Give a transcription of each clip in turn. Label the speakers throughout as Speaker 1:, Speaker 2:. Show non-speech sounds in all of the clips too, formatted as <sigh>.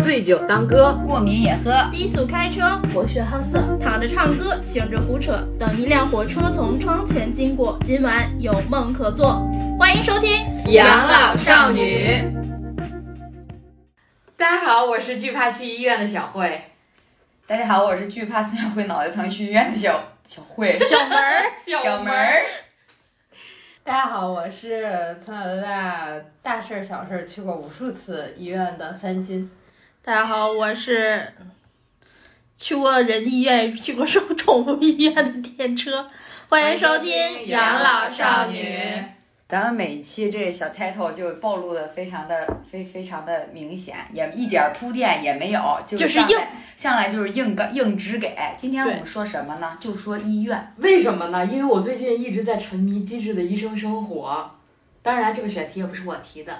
Speaker 1: 醉酒当歌，
Speaker 2: 过敏也喝。
Speaker 3: 低速开车，博学好色，躺着唱歌，醒着胡扯。等一辆火车从窗前经过，今晚有梦可做。欢迎收听《
Speaker 1: 养老少女》。大家好，我是惧怕去医院的小慧。
Speaker 2: 大家好，我是惧怕孙小慧脑袋疼去医院的小 <laughs> 小慧
Speaker 3: 小门儿，
Speaker 2: 小门儿。
Speaker 4: 大家好，我是从小到大大事儿小事儿去过无数次医院的三金。
Speaker 3: 大家好，我是去过人医院、去过兽宠物医院的电车。欢迎收听《养老少女》。
Speaker 2: 咱们每一期这小 title 就暴露的非常的非非常的明显，也一点铺垫也没有，就
Speaker 3: 就是
Speaker 2: 上来
Speaker 3: 硬
Speaker 2: 上来就是硬刚硬直给。今天我
Speaker 3: 对
Speaker 2: 们说什么呢？就说医院。
Speaker 1: 为什么呢？因为我最近一直在沉迷《机智的医生生活》，当然这个选题也不是我提的。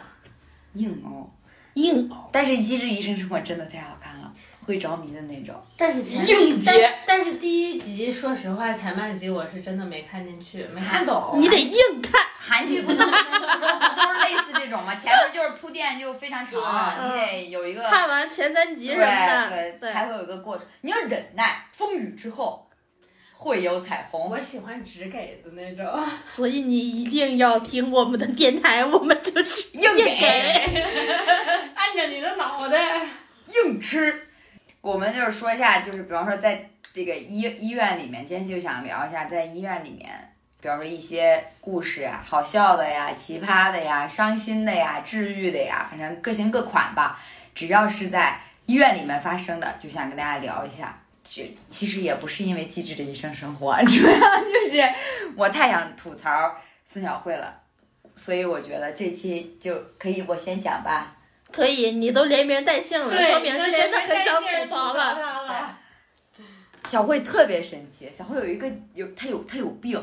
Speaker 2: 硬哦，
Speaker 3: 硬，
Speaker 2: 但是《机智医生生活》真的太好看了，会着迷的那种。
Speaker 4: 但是前
Speaker 1: 硬结
Speaker 4: 但但是第一集，说实话，前半集我是真的没看进去，没看懂。
Speaker 3: 你得硬看。
Speaker 2: 韩剧不都不 <laughs> 都是类似这种吗？前面就是铺垫就非常长，你嗯
Speaker 3: 对
Speaker 2: 得有一个
Speaker 3: 看完前三集
Speaker 2: 对
Speaker 3: 什么的，
Speaker 2: 对，才会有一个过程。你要忍耐，风雨之后会有彩虹。
Speaker 4: 我喜欢直给的那种。
Speaker 3: 所以你一定要听我们的电台，我们就是
Speaker 2: 硬给
Speaker 4: 按着你的脑袋，
Speaker 2: 硬吃。我们就是说一下，就是比方说在这个医医院里面，今天就想聊一下在医院里面，比方说一些故事啊，好笑的呀、奇葩的呀、伤心的呀、治愈的呀，反正各行各款吧。只要是在医院里面发生的，就想跟大家聊一下。就其实也不是因为机智的医生生活，主要就是我太想吐槽孙晓慧了，所以我觉得这期就可以我先讲吧。
Speaker 3: 可以，你都连名带姓了，说明是真的很想吐
Speaker 4: 吐
Speaker 3: 槽
Speaker 4: 槽
Speaker 3: 了。
Speaker 4: 了。
Speaker 2: 小慧特别神奇，小慧有一个有她有她有病，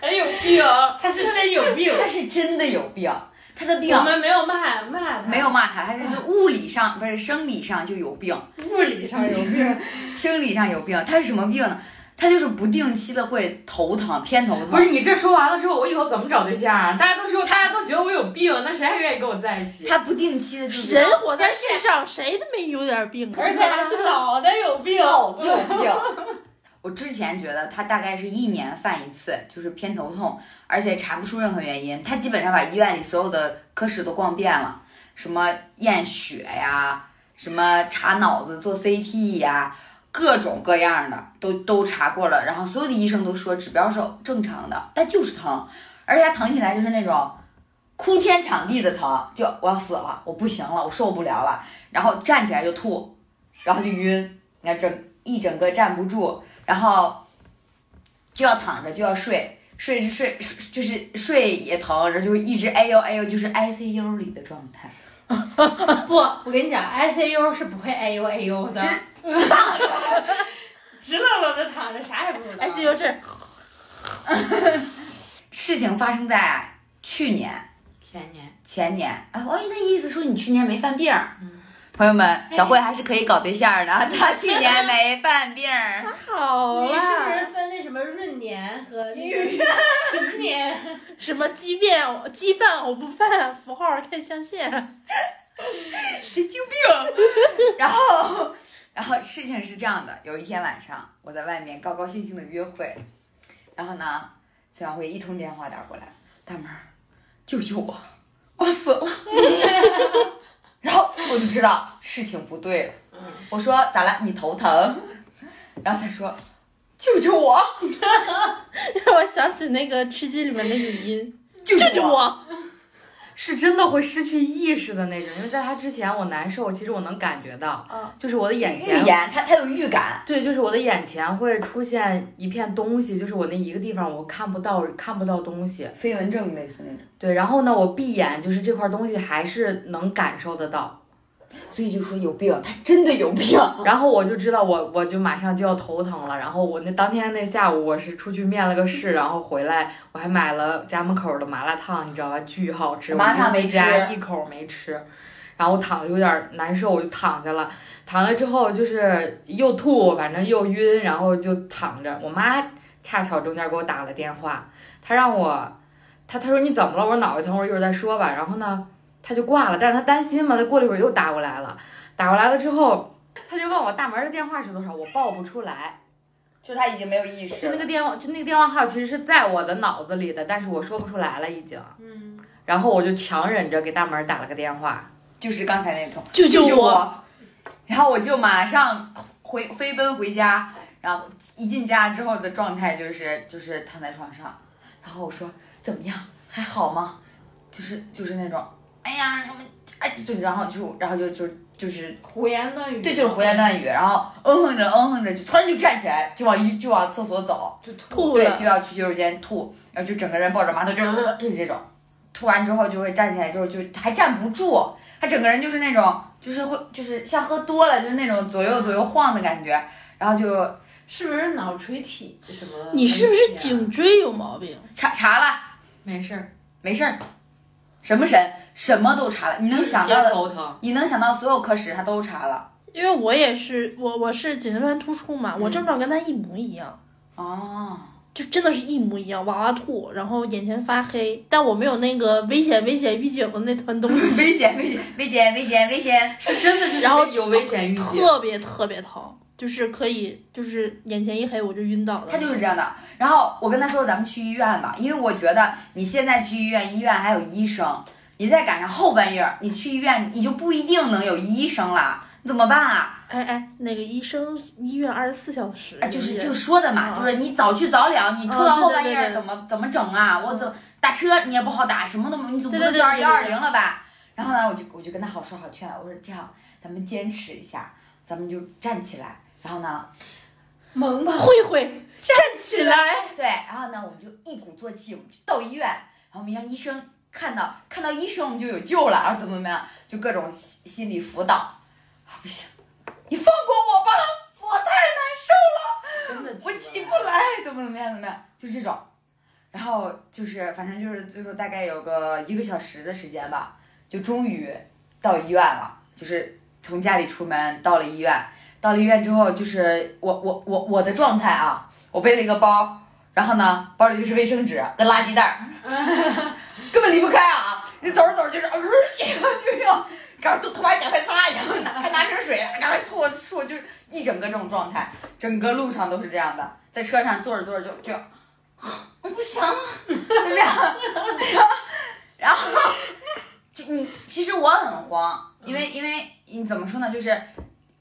Speaker 4: 很有病，他是真有病。 <laughs>
Speaker 2: 她是真的有病，她的病
Speaker 4: 我们没有骂骂他，
Speaker 2: 没有骂她，她是就物理上不是生理上就有病，
Speaker 4: 物理上有病，
Speaker 2: 生理上有病，她是什么病呢？她就是不定期的会头疼，偏头
Speaker 1: 不
Speaker 2: 疼。
Speaker 1: 是你这说完了之后，我以后怎么找对象啊？大家都说，大家都觉得我有病，那谁还愿意跟我在一起？
Speaker 2: 她不定期的就是
Speaker 3: 人活在世上，谁他妈有点病啊？
Speaker 4: <laughs> 而且还是脑袋有病，
Speaker 2: 脑子有 <laughs> 病。我之前觉得她大概是一年犯一次，就是偏头痛，而且查不出任何原因。她基本上把医院里所有的科室都逛遍了，什么验血呀，什么查脑子做 CT 呀，各种各样的都都查过了。然后所有的医生都说指标是正常的，但就是疼，而且她疼起来就是那种哭天抢地的疼，就我要死了，我不行了，我受不了了，然后站起来就吐，然后就晕。那整一整个站不住，然后就要躺着就要睡，睡睡睡就是睡也疼，然后就一直哎呦哎呦，就是 ICU 里的状态。
Speaker 4: <laughs> 不，我跟你讲，ICU 是不会 AU AU
Speaker 1: <laughs>
Speaker 4: 的，直愣愣的躺着，啥也不知道。
Speaker 3: 哎，
Speaker 5: <laughs>
Speaker 3: 这就是
Speaker 2: 事情发生在去年
Speaker 4: 前年，
Speaker 2: 前年，哎，我那意思说你去年没犯病儿。朋友们，小慧还是可以搞对象的，她去年没犯病儿。
Speaker 3: 好啊
Speaker 4: 你是不
Speaker 3: 啦
Speaker 4: 是，分那什么闰年和那个闰 <laughs> 年？
Speaker 3: 什么鸡变鸡饭偶不犯符号看象限， <laughs>
Speaker 2: 神经病。 <laughs> 然后，然后事情是这样的，有一天晚上，我在外面高高兴兴的约会，然后呢，孙晓慧一通电话打过来，大妹儿，救救我，我死了。然后我就知道事情不对了，我说咋了？你头疼？然后他说，救救我，
Speaker 3: 让我想起那个《吃鸡》里面的语音，
Speaker 2: 救
Speaker 3: 救救
Speaker 2: 我。
Speaker 3: 我！
Speaker 1: 是真的会失去意识的那种，因为在他之前我难受，其实我能感觉到，
Speaker 3: 嗯
Speaker 1: 就是我的眼前
Speaker 2: 预言，他他有预感，
Speaker 1: 对，就是我的眼前会出现一片东西，就是我那一个地方我看不到，看不到东西。
Speaker 2: 飞蚊症类似那种，
Speaker 1: 对，然后呢，我闭眼，就是这块东西还是能感受得到。
Speaker 2: 所以就说有病，他真的有病。
Speaker 1: 然后我就知道我我就马上就要头疼了。然后我那当天那下午我是出去面了个试，然后回来我还买了家门口的麻辣烫，你知道吧？巨好吃，
Speaker 2: 麻辣烫
Speaker 1: 我一
Speaker 2: 没吃
Speaker 1: 家一口没吃。然后我躺的有点难受，我就躺下了。躺了之后就是又吐，反正又晕，然后就躺着。我妈恰巧中间给我打了电话，她让我，她她说你怎么了？我说脑袋疼，我说一会儿再说吧。然后呢，他就挂了。但是他担心嘛，他过了一会儿又打过来了，打过来了之后，他就问我大门的电话是多少，我报不出来。
Speaker 2: 就他已经没有意识
Speaker 1: 就那
Speaker 2: 了
Speaker 1: 个电话，就那个电话号其实是在我的脑子里的，但是我说不出来了已经。
Speaker 4: 嗯，
Speaker 1: 然后我就强忍着给大门打了个电话，
Speaker 2: 就是刚才那通，
Speaker 3: 救
Speaker 2: 救
Speaker 3: 救我！
Speaker 2: 我！然后我就马上回飞奔回家，然后一进家之后的状态就是就是躺在床上，然后我说怎么样，还好吗？就是就是那种，哎呀什么，哎就就然后就然后就就就是
Speaker 4: 胡言乱语，
Speaker 2: 对就是胡言乱语，然后嗯哼着嗯哼着就突然就站起来，就往一就往厕所走，
Speaker 4: 就吐。
Speaker 3: 吐
Speaker 2: 对，
Speaker 3: 了
Speaker 2: 就，要去洗手间吐，然后就整个人抱着马桶就呃就是这种，吐完之后就会站起来之后就还站不住，他整个人就是那种就是会就是像喝多了就是那种左右左右晃的感觉，然后就是
Speaker 4: 不是脑垂体什么？啊
Speaker 3: 你是不是？颈椎有毛病？
Speaker 2: 查查了，
Speaker 1: 没事儿，
Speaker 2: 没事儿，什么神什么都查了，你能想到
Speaker 1: 别
Speaker 2: 的，
Speaker 1: 头疼。
Speaker 2: 你能想到所有科室他都查了。
Speaker 3: 因为我也是，我我是颈椎盘突出嘛，我
Speaker 2: 嗯
Speaker 3: 症状跟他一模一样，
Speaker 2: 哦，
Speaker 3: 就真的是一模一样，娃娃吐，然后眼前发黑，但我没有那个危险危险预警的那团东 <laughs> 西，
Speaker 2: <laughs> 危险危险危险危险危险！
Speaker 1: 是真的，就是
Speaker 3: 然后
Speaker 1: 有危险预警。
Speaker 3: 特别特别疼，就是可以就是眼前一黑我就晕倒了。
Speaker 2: 他就是这样的。然后我跟他说咱们去医院吧，因为我觉得你现在去医院，医院还有医生，你再赶上后半夜儿你去医院，你就不一定能有医生了，你怎么办啊？
Speaker 3: 哎哎，那个医生医院二十四小时
Speaker 2: 啊，就是
Speaker 3: 也
Speaker 2: 就是说的嘛，
Speaker 3: 啊
Speaker 2: 就是你早去早了，你拖到
Speaker 3: 嗯对
Speaker 2: 后半
Speaker 3: 对
Speaker 2: 夜
Speaker 3: 对
Speaker 2: 儿
Speaker 3: 对嗯
Speaker 2: 怎么怎么整啊？我怎么打车你也不好打，什么都没，你总不
Speaker 3: 对
Speaker 2: 能
Speaker 3: 对
Speaker 2: 叫二
Speaker 3: 对对
Speaker 2: 幺二
Speaker 3: 对
Speaker 2: 零了吧？然后呢，我就我就跟他好说好劝，我说这样，咱们坚持一下，咱们就站起来。然后呢，
Speaker 4: 萌吧，
Speaker 3: 慧慧站起来，
Speaker 2: 对，然后呢，我们就一鼓作气，我们去到医院，然后我们让医生看到，看到医生我们就有救了，然后怎么怎么样，就各种心心理辅导。啊，不行，你放过我吧，我太难受
Speaker 1: 真的
Speaker 2: 了，我起不来，怎么怎么样，怎么样，就这种。然后就是，反正就是最后大概有个一个小时的时间吧，就终于到医院了，就是从家里出门到了医院。到了医院之后，就是我我我我的状态啊，我背了一个包，然后呢，包里就是卫生纸跟垃圾袋儿， <laughs> 根本离不开啊。你走着走着就是，呃，就要赶快赶快赶快擦，然后拿还拿瓶水，赶快吐吐，就一整个这种状态，整个路上都是这样的，在车上坐着坐着就就，我不行了，就这样， <laughs> 然后就你其实我很慌，因为因为你怎么说呢，就是。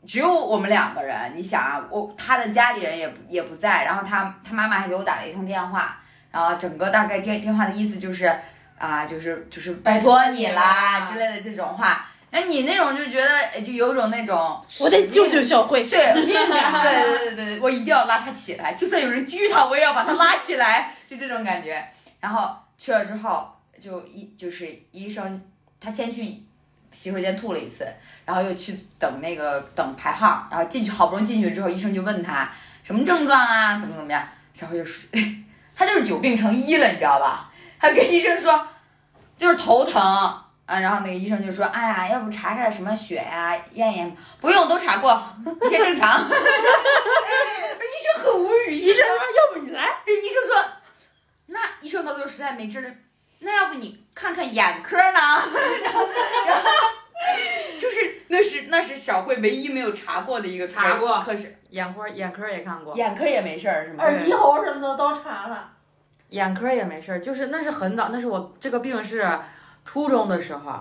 Speaker 2: 只有我们两个人，你想啊，我他的家里人也不也不在，然后他他妈妈还给我打了一通电话，然后整个大概电电话的意思就是啊、就是就是拜托你啦之类的这种话。那你那种就觉得哎就有种那种，
Speaker 4: 啊
Speaker 3: 我得救救小慧。
Speaker 2: 对 <laughs> 对对对对，对我一定要拉他起来，就算有人拘他，我也要把他拉起来，就这种感觉。然后去了之后，就医就是医生，他先去洗手间吐了一次，然后又去等那个等排号，然后进去好不容易进去之后，医生就问他什么症状啊，怎么怎么样，然后就说他就是久病成医了，你知道吧？他跟医生说 <laughs> 就是头疼啊，然后那个医生就说，哎呀，要不查查什么血呀、验验吧，不用都查过， <laughs> 一切正常。医生很无语，
Speaker 3: 医生说：“要不你来
Speaker 2: 那医生说，那医生到最后实在没治了，那要不你看看眼科呢？ <laughs> 然后，然后就是那是那是小慧唯一没有查过的一个科
Speaker 1: 查过
Speaker 2: 科室，
Speaker 1: 眼科眼科也看过，
Speaker 2: 眼科也没事儿是吗？
Speaker 3: 耳鼻喉什么的都查了，
Speaker 1: 眼科也没事儿，就是那是很早，那是我这个病是初中的时候，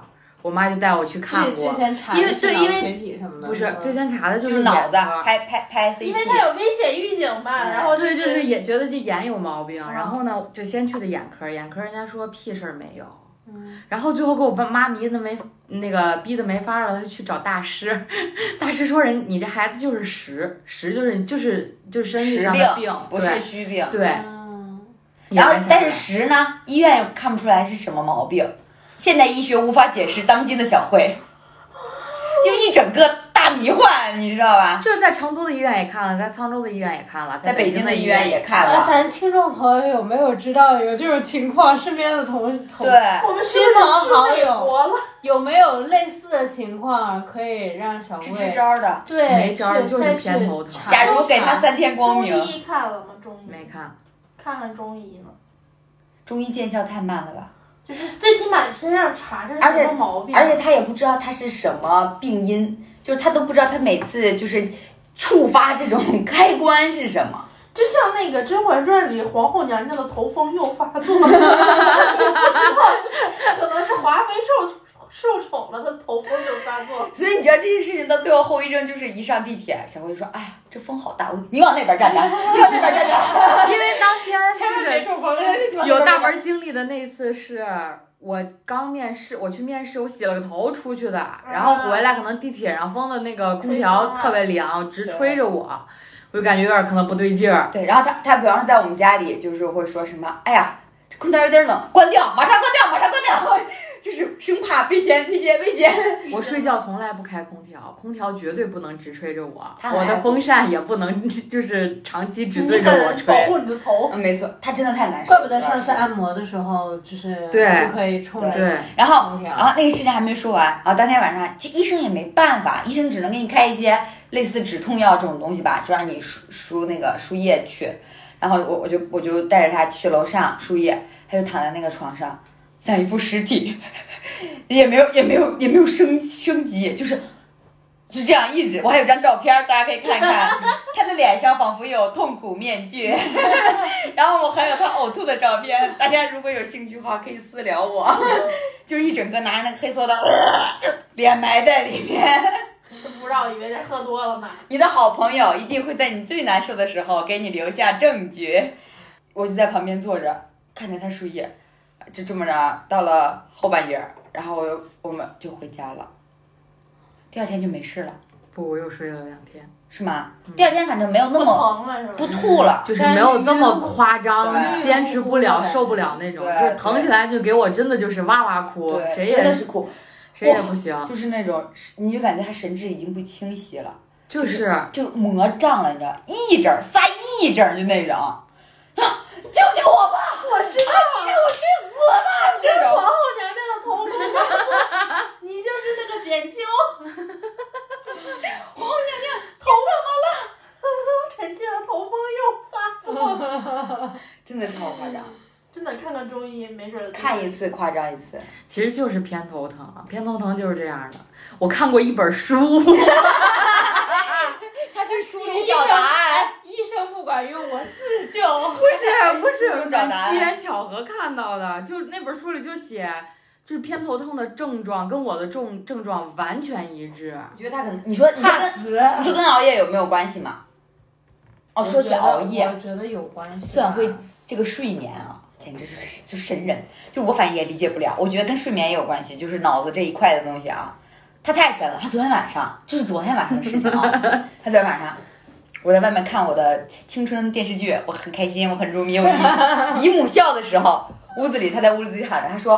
Speaker 1: 我妈就带我去看
Speaker 4: 最
Speaker 1: 过，
Speaker 4: 先查
Speaker 1: 因为
Speaker 4: 的是
Speaker 1: 对
Speaker 4: 脑
Speaker 1: 因为
Speaker 4: 垂体什么的，嗯
Speaker 1: 不是
Speaker 4: 吗
Speaker 1: 最先查的就
Speaker 2: 就是
Speaker 1: 是
Speaker 2: 脑子
Speaker 1: 眼科
Speaker 2: 拍拍拍 CT，
Speaker 3: 因为他有危险预警嘛，
Speaker 2: 嗯
Speaker 3: 然后
Speaker 1: 哦对，就是是也觉得这眼有毛病，
Speaker 3: 啊
Speaker 1: 然后呢就先去的眼科，眼科人家说屁事儿没有，
Speaker 4: 嗯
Speaker 1: 然后最后给我爸妈迷的没那个逼的没法儿了，他就去找大师， <laughs> 大师说人你这孩子就是实实就是就是就是身体
Speaker 2: 实
Speaker 1: 上的病
Speaker 2: 病，啊不是虚病。
Speaker 1: 对对，
Speaker 4: 嗯
Speaker 2: 然后，但是
Speaker 1: 是
Speaker 2: 实呢，医院又看不出来是什么毛病。现代医学无法解释当今的小慧，就一整个大迷幻，你知道吧？
Speaker 1: 就是在成都的医院也看了，在沧州的医院也看了，
Speaker 2: 在北京
Speaker 1: 京
Speaker 2: 的医
Speaker 1: 医
Speaker 2: 院也看
Speaker 4: 那
Speaker 2: 了，
Speaker 4: 咱听众朋友有没有知道有这种情况？身边的同同
Speaker 2: 对。
Speaker 3: 我们
Speaker 4: 亲朋好友
Speaker 3: 活了，
Speaker 4: 有没有类似的情况可以让小
Speaker 2: 支支
Speaker 4: 魏
Speaker 2: 招的。啊
Speaker 4: 对
Speaker 1: 没招儿
Speaker 4: 去
Speaker 1: 就是
Speaker 4: 再
Speaker 1: 偏
Speaker 4: 去
Speaker 1: 头疼
Speaker 4: 查
Speaker 2: 假如给他三天光
Speaker 3: 中
Speaker 2: 明，
Speaker 3: 医看了吗？中医
Speaker 1: 没看。 <laughs>
Speaker 3: 看看中医呢，
Speaker 2: 中医见效太慢了吧？
Speaker 3: 就是最起
Speaker 5: 哪身上查着
Speaker 2: 而且
Speaker 5: 什么毛病，
Speaker 2: 而且他也不知道他是什么病因，就是他都不知道他每次就是触发这种 <laughs> 开关是什么。
Speaker 5: 就像那个《甄嬛传》里皇后娘娘的头风又发作了，可能是华妃受受宠了，她头风又发作。
Speaker 2: 所以你知道这件事情到最后后遗症就是一上地铁，小辉说：“哎呀，这风好大，我你往那边站站，你往那边站 <laughs> 站。
Speaker 1: 因为当
Speaker 2: <laughs>
Speaker 1: 天就是
Speaker 5: 中风，
Speaker 1: <laughs> 有大门经历的那次是。我刚面试，我去面试，我洗了个头出去的，
Speaker 2: 啊
Speaker 1: 然后回来可能地铁上风的那个空调特别凉，直吹着我，我就感觉有点可能不对劲儿”。
Speaker 2: 对，然后他他比方说在我们家里就是会说什么：“哎呀，这空调有点冷，关掉，马上关掉，马上关掉。” <laughs> 就是生怕危险，危险，危险。
Speaker 1: 我睡觉从来不开空调，空调绝对不能直吹着我，
Speaker 2: 他来
Speaker 1: 我的风扇也不能 <laughs> 就是长期只对着我
Speaker 5: 很保
Speaker 1: 吹。
Speaker 5: 护你的头。
Speaker 2: 嗯，没错，他真的太难受
Speaker 4: 怪
Speaker 2: 了。
Speaker 4: 不得上次按摩的时候就是
Speaker 1: 对
Speaker 4: 不可以冲着
Speaker 1: 对，
Speaker 2: 然后
Speaker 4: 空调
Speaker 2: 然。后那个事情还没说完啊，当天晚上这医生也没办法，医生只能给你开一些类似止痛药这种东西吧，就让你输输那个输液去。然后我我就我就带着他去楼上输液，他就躺在那个床上，像一副尸体， <laughs> 也没有也没有也没有升升级，就是就这样一直。我还有张照片，大家可以看看，他的脸上仿佛有痛苦面具， <laughs> 然后我还有他呕吐的照片，大家如果有兴趣的话可以私聊我。就是一整个拿那个黑塑料、呃脸埋在里面。 <laughs>
Speaker 5: 不知道，以为是喝多了呢。
Speaker 2: 你的好朋友一定会在你最难受的时候给你留下证据。我就在旁边坐着，看着他输液，就这么着到了后半夜儿，然后我又我们就回家了。第二天就没事了，
Speaker 1: 不，我又睡了两天，
Speaker 2: 是吗？第二天反正没有那
Speaker 5: 不
Speaker 2: 么
Speaker 5: 疼了是吧？
Speaker 2: 不吐了。
Speaker 1: 就是没有这么夸张，
Speaker 2: 对
Speaker 1: 坚持不了、受不了那种，
Speaker 2: 对
Speaker 1: 就是疼起来就给我真的就是哇哇哭，
Speaker 2: 对，
Speaker 1: 嗯谁
Speaker 2: 真的
Speaker 1: 也
Speaker 2: 是哭，
Speaker 1: 谁也不行，
Speaker 2: 就是那种，你就感觉他神志已经不清晰了。
Speaker 1: 就是
Speaker 2: 就是魔障了，你知道，癔症撒癔症就那种，啊，救救我吧！我知道，你让我去死吧！这
Speaker 5: 皇
Speaker 2: 种
Speaker 5: 后娘娘的头风发作，你就是那个简秋。皇后娘娘头 <laughs> 怎么了？臣妾的头风又发作了。
Speaker 2: 真的超夸张，
Speaker 5: 真的看看中医，没准儿
Speaker 2: 看一次夸张一次。
Speaker 1: 其实就是偏头疼，偏头疼就是这样的。我看过一
Speaker 2: <laughs>
Speaker 1: 本书，
Speaker 2: 他就是书
Speaker 4: 里
Speaker 2: 里
Speaker 4: 找答
Speaker 2: 找答案，
Speaker 4: 医生不管用，我自救。
Speaker 1: 不是啊不是，
Speaker 2: 书里找答
Speaker 1: 机
Speaker 2: 案。
Speaker 1: 缘巧合看到的，就是那本书里就写，就是偏头疼的症状跟我的症症状完全一致。
Speaker 2: 我觉得他可能，你说你说跟
Speaker 4: 死。
Speaker 2: 你说跟熬夜有没有关系吗？哦，说起熬夜，
Speaker 4: 我觉得有关系吧。
Speaker 2: 虽然会这个睡眠啊，简直就是就神人，就我反正也理解不了。我觉得跟睡眠也有关系，就是脑子这一块的东西啊，他太神了。他昨天晚上就是昨天晚上的事情啊，他昨天晚上。我在外面看我的青春电视剧，我很开心，我很入迷。我姨姨母笑的时候，屋子里他在屋子里喊着，他说：“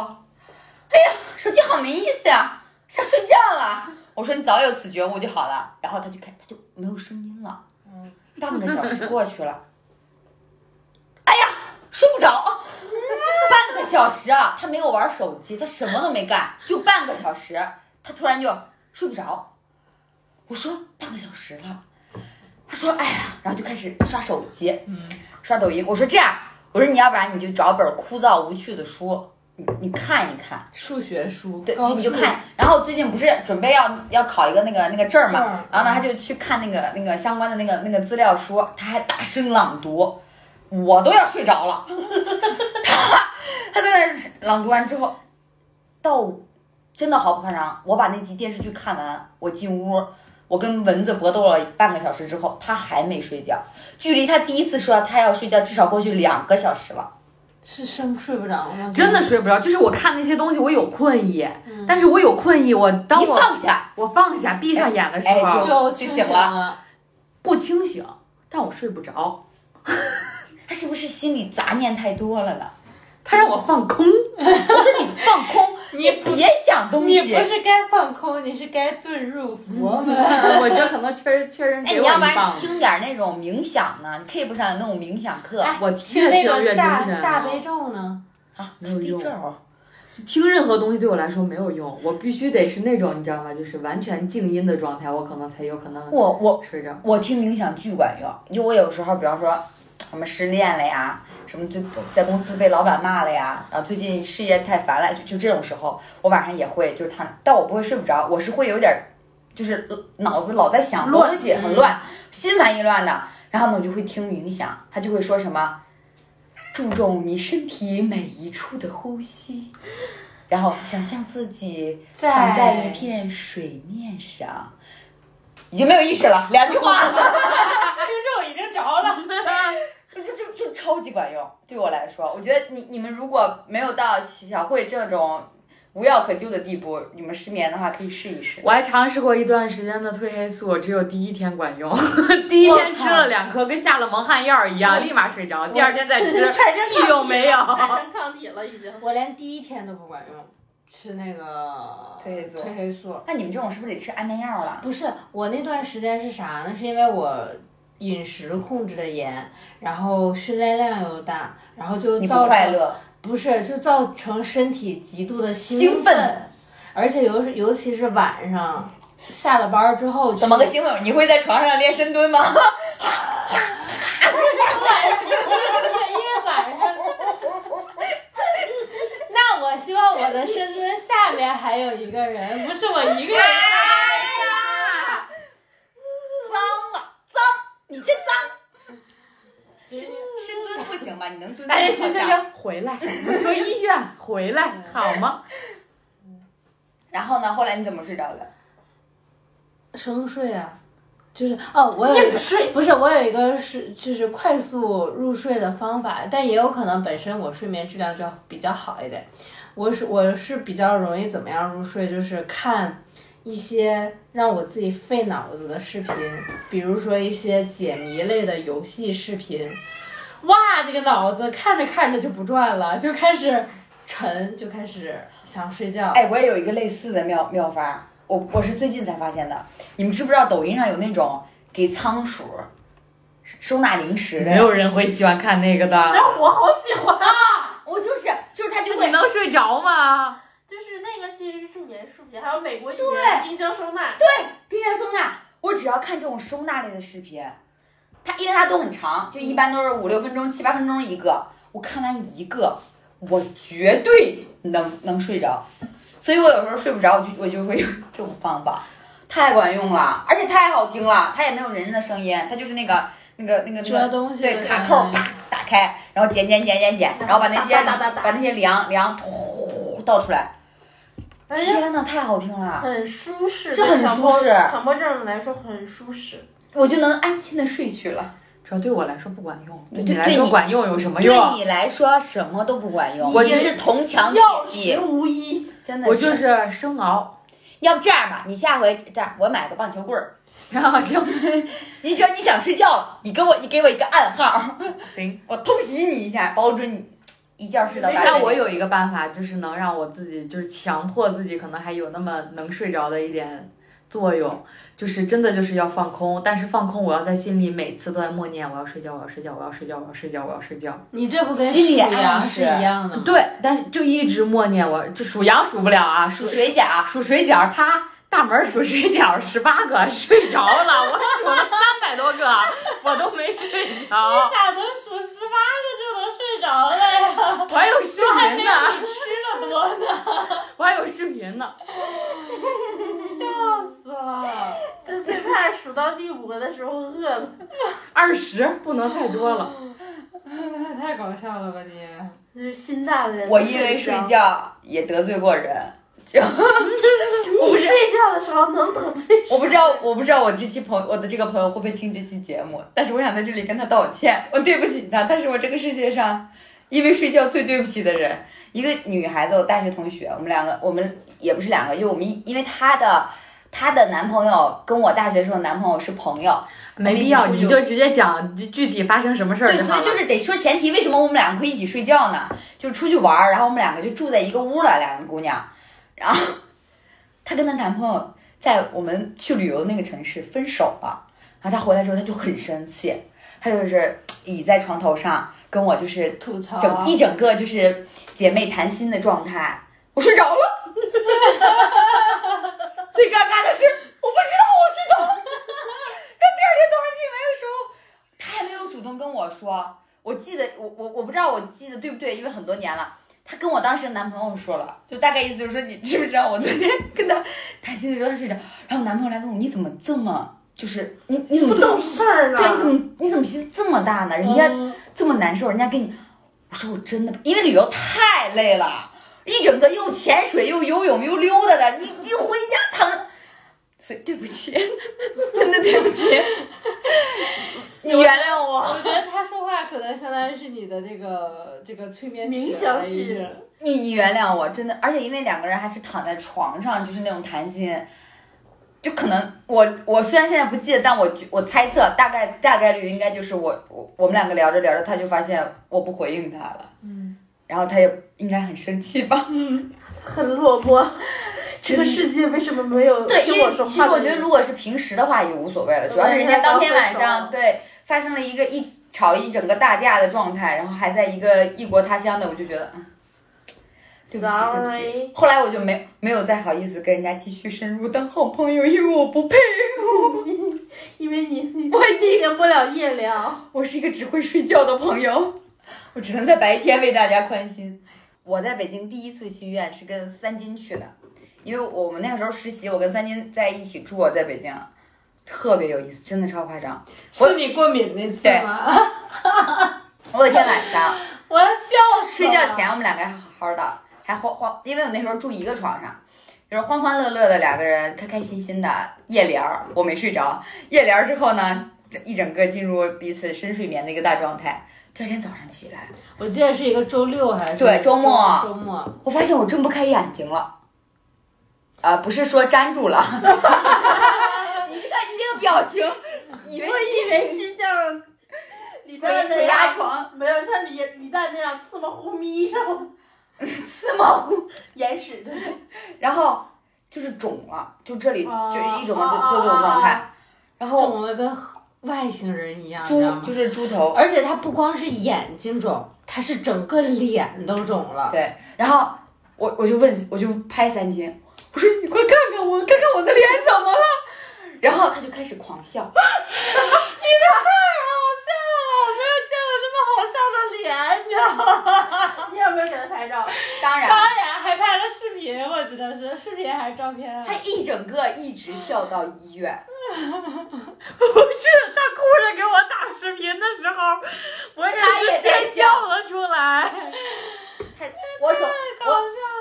Speaker 2: 哎呀，手机好没意思呀、想睡觉了。”我说：“你早有此觉悟就好了。”然后他就看，他就没有声音了。半个小时过去了，睡不着，半个小时啊，他没有玩手机，他什么都没干，就半个小时，他突然就睡不着。我说半个小时了，他说哎呀，然后就开始刷手机，刷抖音。我说这样，我说你要不然你就找本枯燥无趣的书，你你看一看。
Speaker 4: 数学书，
Speaker 2: 对，
Speaker 4: 高
Speaker 2: 你就
Speaker 4: 数
Speaker 2: 看。然后最近不是准备要要考一个那个那个证儿嘛
Speaker 4: 证儿，嗯
Speaker 2: 然后呢，他就去看那个那个相关的那个那个资料书，他还大声朗读，我都要睡着了。 <laughs> 他他在那儿朗读完之后，到真的毫不夸张，我把那集电视剧看完，我进屋。我跟蚊子搏斗了半个小时之后，他还没睡觉，距离他第一次说他要睡觉至少过去两个小时了。
Speaker 4: 是生睡不着吗？
Speaker 2: 嗯
Speaker 1: 真的睡不着，就是我看那些东西，我有困意，但是我有困意，我当
Speaker 2: 一
Speaker 1: 我
Speaker 2: 嗯放下，
Speaker 1: 我放下闭上眼的时
Speaker 2: 哎
Speaker 1: 候、
Speaker 2: 就
Speaker 4: 就
Speaker 2: 就
Speaker 4: 清
Speaker 2: 醒了
Speaker 4: 了。
Speaker 1: 不清醒，但我睡不着，
Speaker 2: 他是不是心里杂念太多了呢？
Speaker 1: 它让我放空。
Speaker 2: 我说你放空，你别想东
Speaker 4: 你
Speaker 2: 西。哎
Speaker 4: 不是该放空，你是该遁入佛门。
Speaker 1: <laughs> 我觉得可能确实确实
Speaker 2: 哎，
Speaker 1: 给
Speaker 2: 你
Speaker 1: 我
Speaker 2: 要
Speaker 1: 一
Speaker 2: 不然
Speaker 1: 棒
Speaker 2: 你
Speaker 1: 子。
Speaker 2: 听点那种冥想呢？你 Keep 上有那种冥想课
Speaker 4: 哎
Speaker 1: 我
Speaker 4: 听
Speaker 1: 越
Speaker 4: 那
Speaker 1: 听
Speaker 4: 个
Speaker 1: 越精
Speaker 4: 大
Speaker 1: 神啊
Speaker 4: 大
Speaker 1: 了
Speaker 4: 悲咒呢？
Speaker 2: 啊，
Speaker 1: 没有
Speaker 2: 地
Speaker 1: 用
Speaker 2: 震哦。
Speaker 1: 听任何东西对我来说没有用，我必须得是那种你知道吗？就是完全静音的状态，我可能才有可能
Speaker 2: 我我
Speaker 1: 睡着。
Speaker 2: 我听冥想巨管用，就我有时候，比方说我们失恋了呀，什么就在公司被老板骂了呀，然后最近事业太烦了，就就这种时候，我晚上也会就是躺，但我不会睡不着，我是会有点儿，就是脑子老在想
Speaker 1: 乱
Speaker 2: 东西，很乱，心烦意乱的。然后呢，我就会听冥想，他就会说什么，注重你身体每一处的呼吸，然后想象自己躺在一片水面上，已经没有意识了，两句话。
Speaker 4: 听众已经着了，
Speaker 2: 就就就超级管用，对我来说，我觉得你你们如果没有到小慧这种无药可救的地步，你们失眠的话可以试一试。
Speaker 1: 我还尝试过一段时间的褪黑素，只有第一天管用， <laughs> 第一天吃了两颗，跟下了蒙汗药一样，立马睡着。 <laughs> 第二天再吃，屁用
Speaker 5: <laughs>
Speaker 1: 没有。
Speaker 3: 产生抗体了已经。
Speaker 4: <laughs> 我连第一天都不管用，吃那个
Speaker 2: 褪黑素
Speaker 4: 褪黑素
Speaker 2: 那你们这种是不是得吃安眠药了？
Speaker 4: 不是我那段时间是啥呢？是因为我饮食控制的严，然后训练量又大，然后就
Speaker 2: 你不
Speaker 4: 造
Speaker 2: 快
Speaker 4: 成
Speaker 2: 乐，
Speaker 4: 不是，就造成身体极度的
Speaker 2: 兴
Speaker 4: 兴
Speaker 2: 奋
Speaker 4: 而且尤尤其是晚上下了班儿之后去，
Speaker 2: 怎么个兴奋？你会在床上练深蹲吗？
Speaker 4: <laughs> 因为晚上，那我希望我的深蹲下面还有一个人，不是我一个人。
Speaker 2: 哎 <laughs> 脏了，脏，你真脏。
Speaker 4: 真是
Speaker 2: 深蹲不行吧？你能蹲
Speaker 1: <laughs> 哎，
Speaker 2: 蹲
Speaker 1: 行
Speaker 2: 好
Speaker 1: 行
Speaker 2: 像。
Speaker 1: 行， <laughs> 回来，回医院，回来 <laughs> 好吗？
Speaker 2: 然后呢？后来你怎么睡着的？
Speaker 4: 生睡啊，就是哦，我有一个不是我有一个是就是快速入睡的方法，但也有可能本身我睡眠质量就要比较好一点。我是我是比较容易怎么样入睡，就是看一些让我自己费脑子的视频，比如说一些解谜类的游戏视频。哇，这个脑子看着看着就不转了，就开始沉，就开始想睡觉。
Speaker 2: 哎，我也有一个类似的妙妙法儿，我我是最近才发现的。你们知不知道抖音上有那种给仓鼠收纳零食的？
Speaker 1: 没有人会喜欢看那个的。
Speaker 5: 我好喜欢，
Speaker 2: 我就是就是他就
Speaker 1: 你
Speaker 2: 会
Speaker 1: 能睡着吗？
Speaker 5: 就是那个其实是助眠视频，还有美国一年冰箱收纳，
Speaker 2: 冰箱收纳，我只要看这种收纳类的视频，它因为它都很长，就一般都是五六分钟、七八分钟一个。我看完一个，我绝对能能睡着，所以我有时候睡不着，我就我就会用这种方法，太管用了，而且太好听了，它也没有人的声音，它就是那个那个那个那
Speaker 4: 折
Speaker 2: 个
Speaker 4: 东西嗯
Speaker 2: 对卡扣啪打开，然后剪剪剪剪剪，然后把那些
Speaker 5: 哒哒哒哒
Speaker 2: 把那些凉凉突倒出来，
Speaker 5: 而且
Speaker 2: 天呐，太好听了。
Speaker 5: 很舒适，
Speaker 2: 这很
Speaker 5: 对强迫
Speaker 2: 舒适
Speaker 5: 强迫症来说很舒适。
Speaker 2: 我就能安心的睡去了。
Speaker 1: 主要对我来说不管用，对
Speaker 2: 对
Speaker 1: 你来
Speaker 2: 对
Speaker 1: 说
Speaker 2: 你
Speaker 1: 管用有什么
Speaker 2: 对
Speaker 1: 用？
Speaker 2: 你来说什么都不管用，
Speaker 1: 我
Speaker 2: 你
Speaker 1: 就是
Speaker 2: 铜墙铁
Speaker 5: 药
Speaker 2: 壁
Speaker 5: 石，无医，
Speaker 2: 真的
Speaker 1: 我就是生熬，
Speaker 2: 要不这样吧，你下回这样，我买个棒球棍儿。
Speaker 1: 然后行
Speaker 2: 你说你想睡觉了，你给我你给我一个暗号，
Speaker 1: 行。
Speaker 2: <laughs> 我偷袭你一下，保准你一觉睡到大
Speaker 1: 但
Speaker 2: 半
Speaker 1: 我
Speaker 2: 夜。
Speaker 1: 有一个办法，就是能让我自己，就是强迫自己，可能还有那么能睡着的一点作用，就是真的就是要放空。但是放空，我要在心里每次都在默念，我要睡觉，我要睡觉，我要睡觉，我要睡觉，我要睡觉。
Speaker 4: 你这不跟
Speaker 2: 心理
Speaker 4: 数
Speaker 2: 暗
Speaker 4: 羊
Speaker 2: 示
Speaker 4: 是一样的吗？
Speaker 1: 对，但是就一直默念我，就数羊数不了啊，数
Speaker 2: 数水饺，
Speaker 1: 数水饺，他大门数水饺十八个，睡着了，我数了三百多个，我都没睡着，
Speaker 4: 咋能数十八个就能睡 <laughs> 着了呀？
Speaker 1: 我还有视频呢，
Speaker 4: 你吃的 <laughs> 多呢，
Speaker 1: 我还有视频呢。
Speaker 4: 笑死了！
Speaker 5: 就最怕数到第五个的时候饿了。
Speaker 1: 二十不能太多了，
Speaker 4: <laughs> 太搞笑了吧你？
Speaker 5: 就是心大的人。
Speaker 2: 我因为睡，觉也得罪过人，就我不
Speaker 5: 你
Speaker 2: 是
Speaker 5: 睡觉的时候能得罪谁？
Speaker 2: <laughs> 我不知道我不知道我这期朋友我的这个朋友会不会听这期节目，但是我想在这里跟他道歉，我对不起他，他是我这个世界上因为睡觉最对不起的人。一个女孩子，我大学同学，我们两个，我们也不是两个，就我们一因为她的她的男朋友跟我大学时候男朋友是朋友，
Speaker 1: 没必要，你就直接讲具具体发生什么事儿
Speaker 2: 对，所
Speaker 1: 好
Speaker 2: 以
Speaker 1: 了
Speaker 2: 就。是得说前提，为什么我们两个会一起睡觉呢？就是出去玩儿，然后我们两个就住在一个屋了，两个姑娘。然后她跟她男朋友在我们去旅游的那个城市分手了，然后她回来之后她就很生气，她就是倚在床头上跟我就是
Speaker 4: 吐槽
Speaker 2: 整一整个就是姐妹谈心的状态。我睡着了， <laughs> 最尴尬的是我不知道我睡着了。然后第二天早上醒来的时候，她还没有主动跟我说。我记得我我我不知道我记得对不对，因为很多年了。她跟我当时的男朋友说了，就大概意思就是说，你知不知道我昨天跟她谈心的时候她睡着，然后我男朋友来问我你怎么这么就是你你怎么
Speaker 5: 不
Speaker 2: 这么
Speaker 5: 懂事儿呢？
Speaker 2: 对，啊你怎么你怎么脾气这么大呢？人家这么难受，人家跟你，我说我真的，因为旅游太累了，一整个又潜水又游泳又溜达的，你你回家躺着，所以对不起， <laughs> 真的对不起，你原谅我，
Speaker 4: 我觉得他说话可能相当于是你的这个这个催眠
Speaker 5: 冥
Speaker 4: 曲
Speaker 5: 想
Speaker 4: 了已
Speaker 5: 曲
Speaker 4: 经
Speaker 2: 你你原谅我，真的，而且因为两个人还是躺在床上，就是那种谈心。就可能我我虽然现在不记得，但我觉我猜测大概大概率应该就是我我我们两个聊着聊着，他就发现我不回应他了。
Speaker 4: 嗯，
Speaker 2: 然后他也应该很生气吧？
Speaker 5: 很落寞？这个世界为什么没有
Speaker 2: 对，因
Speaker 5: <laughs> 听我
Speaker 2: 为
Speaker 5: 说话的人？
Speaker 2: 其实我觉得，如果是平时的话也无所谓了，主要是人家当天晚上对发生了一个一吵一整个大架的状态，然后还在一个异国他乡的，我就觉得，嗯，对不起，对不
Speaker 5: Sorry
Speaker 2: 起。后来我就没没有再好意思跟人家继续深入当好朋友，因为我不配，
Speaker 5: 因为你你
Speaker 2: 我已
Speaker 5: 进
Speaker 2: 经
Speaker 5: 行不了夜聊，
Speaker 2: 我是一个只会睡觉的朋友， <laughs> 我只能在白天为大家宽心。我在北京第一次去医院是跟三金去的，因为我们那个时候实习，我跟三金在一起住，在北京，啊特别有意思，真的超夸张。我
Speaker 4: 是你过敏那次
Speaker 2: 对
Speaker 4: 吗？ <laughs>
Speaker 2: 我有一天晚 <laughs> 上
Speaker 4: 我要笑死
Speaker 2: 睡
Speaker 4: 了。
Speaker 2: 觉前，我们两个还好好的，还欢欢，因为我那时候住一个床上，就是欢欢乐乐的两个人，开开心心的夜聊儿。我没睡着，夜聊儿之后呢，这一整个进入彼此深睡眠的一个大状态。第二天早上起来。
Speaker 4: 我记得是一个周六还是
Speaker 2: 对周末哦
Speaker 4: 周末，
Speaker 2: 我发现我睁不开眼睛了，啊、不是说粘住了， <laughs> 你看你这个表情，以为
Speaker 5: 我以为是像李诞那
Speaker 2: 鬼压
Speaker 5: 样，
Speaker 2: 床，
Speaker 5: 没有像李李诞那样刺毛呼眯上，
Speaker 2: <laughs> 刺毛乎，
Speaker 5: <laughs> 眼屎就是
Speaker 2: 然后就是肿了，就这里
Speaker 5: 哦
Speaker 2: 就一种
Speaker 5: 哦
Speaker 2: 就就这种状态，然后
Speaker 4: 肿的跟外星人一样，你知道
Speaker 2: 猪
Speaker 4: 吗
Speaker 2: 就是猪头，
Speaker 4: 而且他不光是眼睛肿，他是整个脸都肿了。
Speaker 2: 对，然后我我就问我就拍三金，我说你快看看我，看看我的脸怎么了，然后他就开始狂笑，
Speaker 4: 我没有见过那么好笑的脸，你知道吗？
Speaker 5: 你有没有给他拍
Speaker 2: <laughs>
Speaker 5: 照？
Speaker 2: 当然
Speaker 4: 当然还拍了视频，我记得是视频还是照片啊？
Speaker 2: 他一整个一直笑到医院。
Speaker 1: 不是，他哭着给我打视频的时候，我
Speaker 2: 他也
Speaker 1: 也是
Speaker 2: 在
Speaker 1: 先笑了出来。
Speaker 2: 太我手我，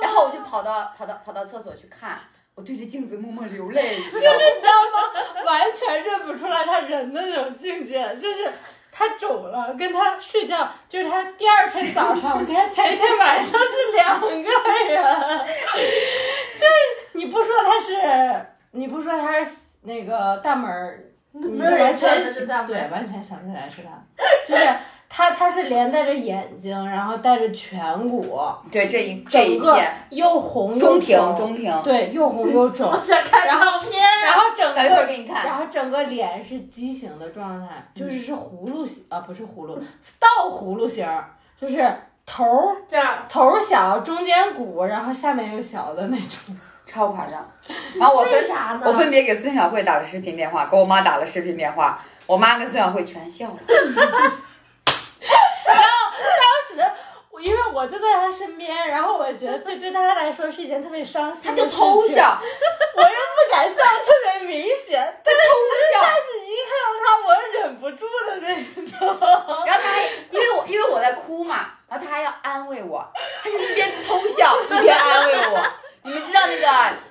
Speaker 2: 然后我就跑到跑到跑到厕所去看，我对着镜子默默流泪，你知道吗？
Speaker 4: 完全认不出来他人的那种境界，就是他肿了，跟他睡觉，就是他第二天早上跟他前一天晚上是两个人，就是你不说他是，你不说他是那个大门儿，你
Speaker 5: 没
Speaker 4: 就
Speaker 5: 有
Speaker 4: 完
Speaker 5: 人知道他
Speaker 4: 全
Speaker 5: 是大门
Speaker 4: 对，完全想不起来是他，就是他他是连带着眼睛，然后带着颧骨，
Speaker 2: 对这一这一
Speaker 4: 整个
Speaker 2: 片
Speaker 4: 又红又
Speaker 2: 中庭
Speaker 4: 肿，
Speaker 2: 中庭，
Speaker 4: 对，又红又肿，
Speaker 2: <laughs>
Speaker 5: 想看照片，
Speaker 4: 然后整
Speaker 2: 等一
Speaker 4: 个
Speaker 2: 会儿给你
Speaker 4: 然
Speaker 2: 看。
Speaker 4: 后整个脸是畸形的状态，就是是葫芦形啊，不是葫芦，倒葫芦形儿，就是头儿
Speaker 5: 这样
Speaker 4: 头儿小，中间鼓，然后下面又小的那种。
Speaker 2: 超夸张， <laughs> 然后我分
Speaker 5: 为啥呢
Speaker 2: 我分别给孙晓慧打了视频电话，给我妈打了视频电话，我妈跟孙晓慧全笑了。
Speaker 4: 当时我因为我就在他身边，然后我觉得这对他来说是一件特别伤心
Speaker 2: <laughs> 她
Speaker 4: 的
Speaker 2: 就
Speaker 4: 事情，
Speaker 2: 偷笑，
Speaker 4: 我又不敢笑，特别明显。
Speaker 2: 她偷
Speaker 4: 但是你一看到他，我忍不住的那种。
Speaker 2: 笑，然后她还因为我因为我在哭嘛，然后她还要安慰我，她就一边偷 <laughs> 笑一边安慰我。你们知道那个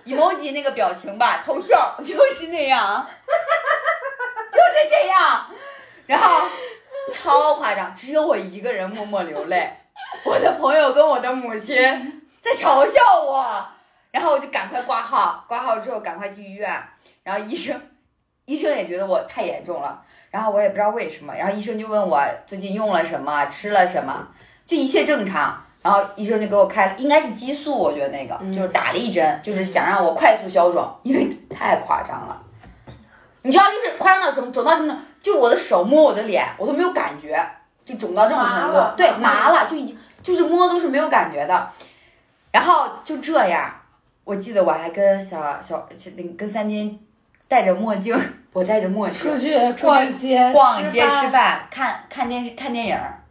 Speaker 2: emoji 那个表情吧？偷笑就是那样。就是这样。然后超夸张，只有我一个人默默流泪，我的朋友跟我的母亲在嘲笑我，然后我就赶快挂号，挂号之后赶快去医院，然后医生医生也觉得我太严重了，然后我也不知道为什么，然后医生就问我最近用了什么，吃了什么，就一切正常。然后医生就给我开了，应该是激素，我觉得那个、
Speaker 4: 嗯
Speaker 2: 就是打了一针，就是想让我快速消肿，因为太夸张了。你知道，就是夸张到什么，肿到什么呢？就我的手摸我的脸，我都没有感觉，就肿到这种程
Speaker 5: 麻
Speaker 2: 度
Speaker 5: 了，
Speaker 2: 对，麻了，就已经就是摸都是没有感觉的。然后就这样，我记得我还跟小小那个跟三金戴着墨镜， <laughs> 我戴着墨镜
Speaker 4: 出去逛街
Speaker 2: 逛街
Speaker 4: 吃
Speaker 2: 吃
Speaker 4: 饭
Speaker 2: 饭，看看电视看电影儿，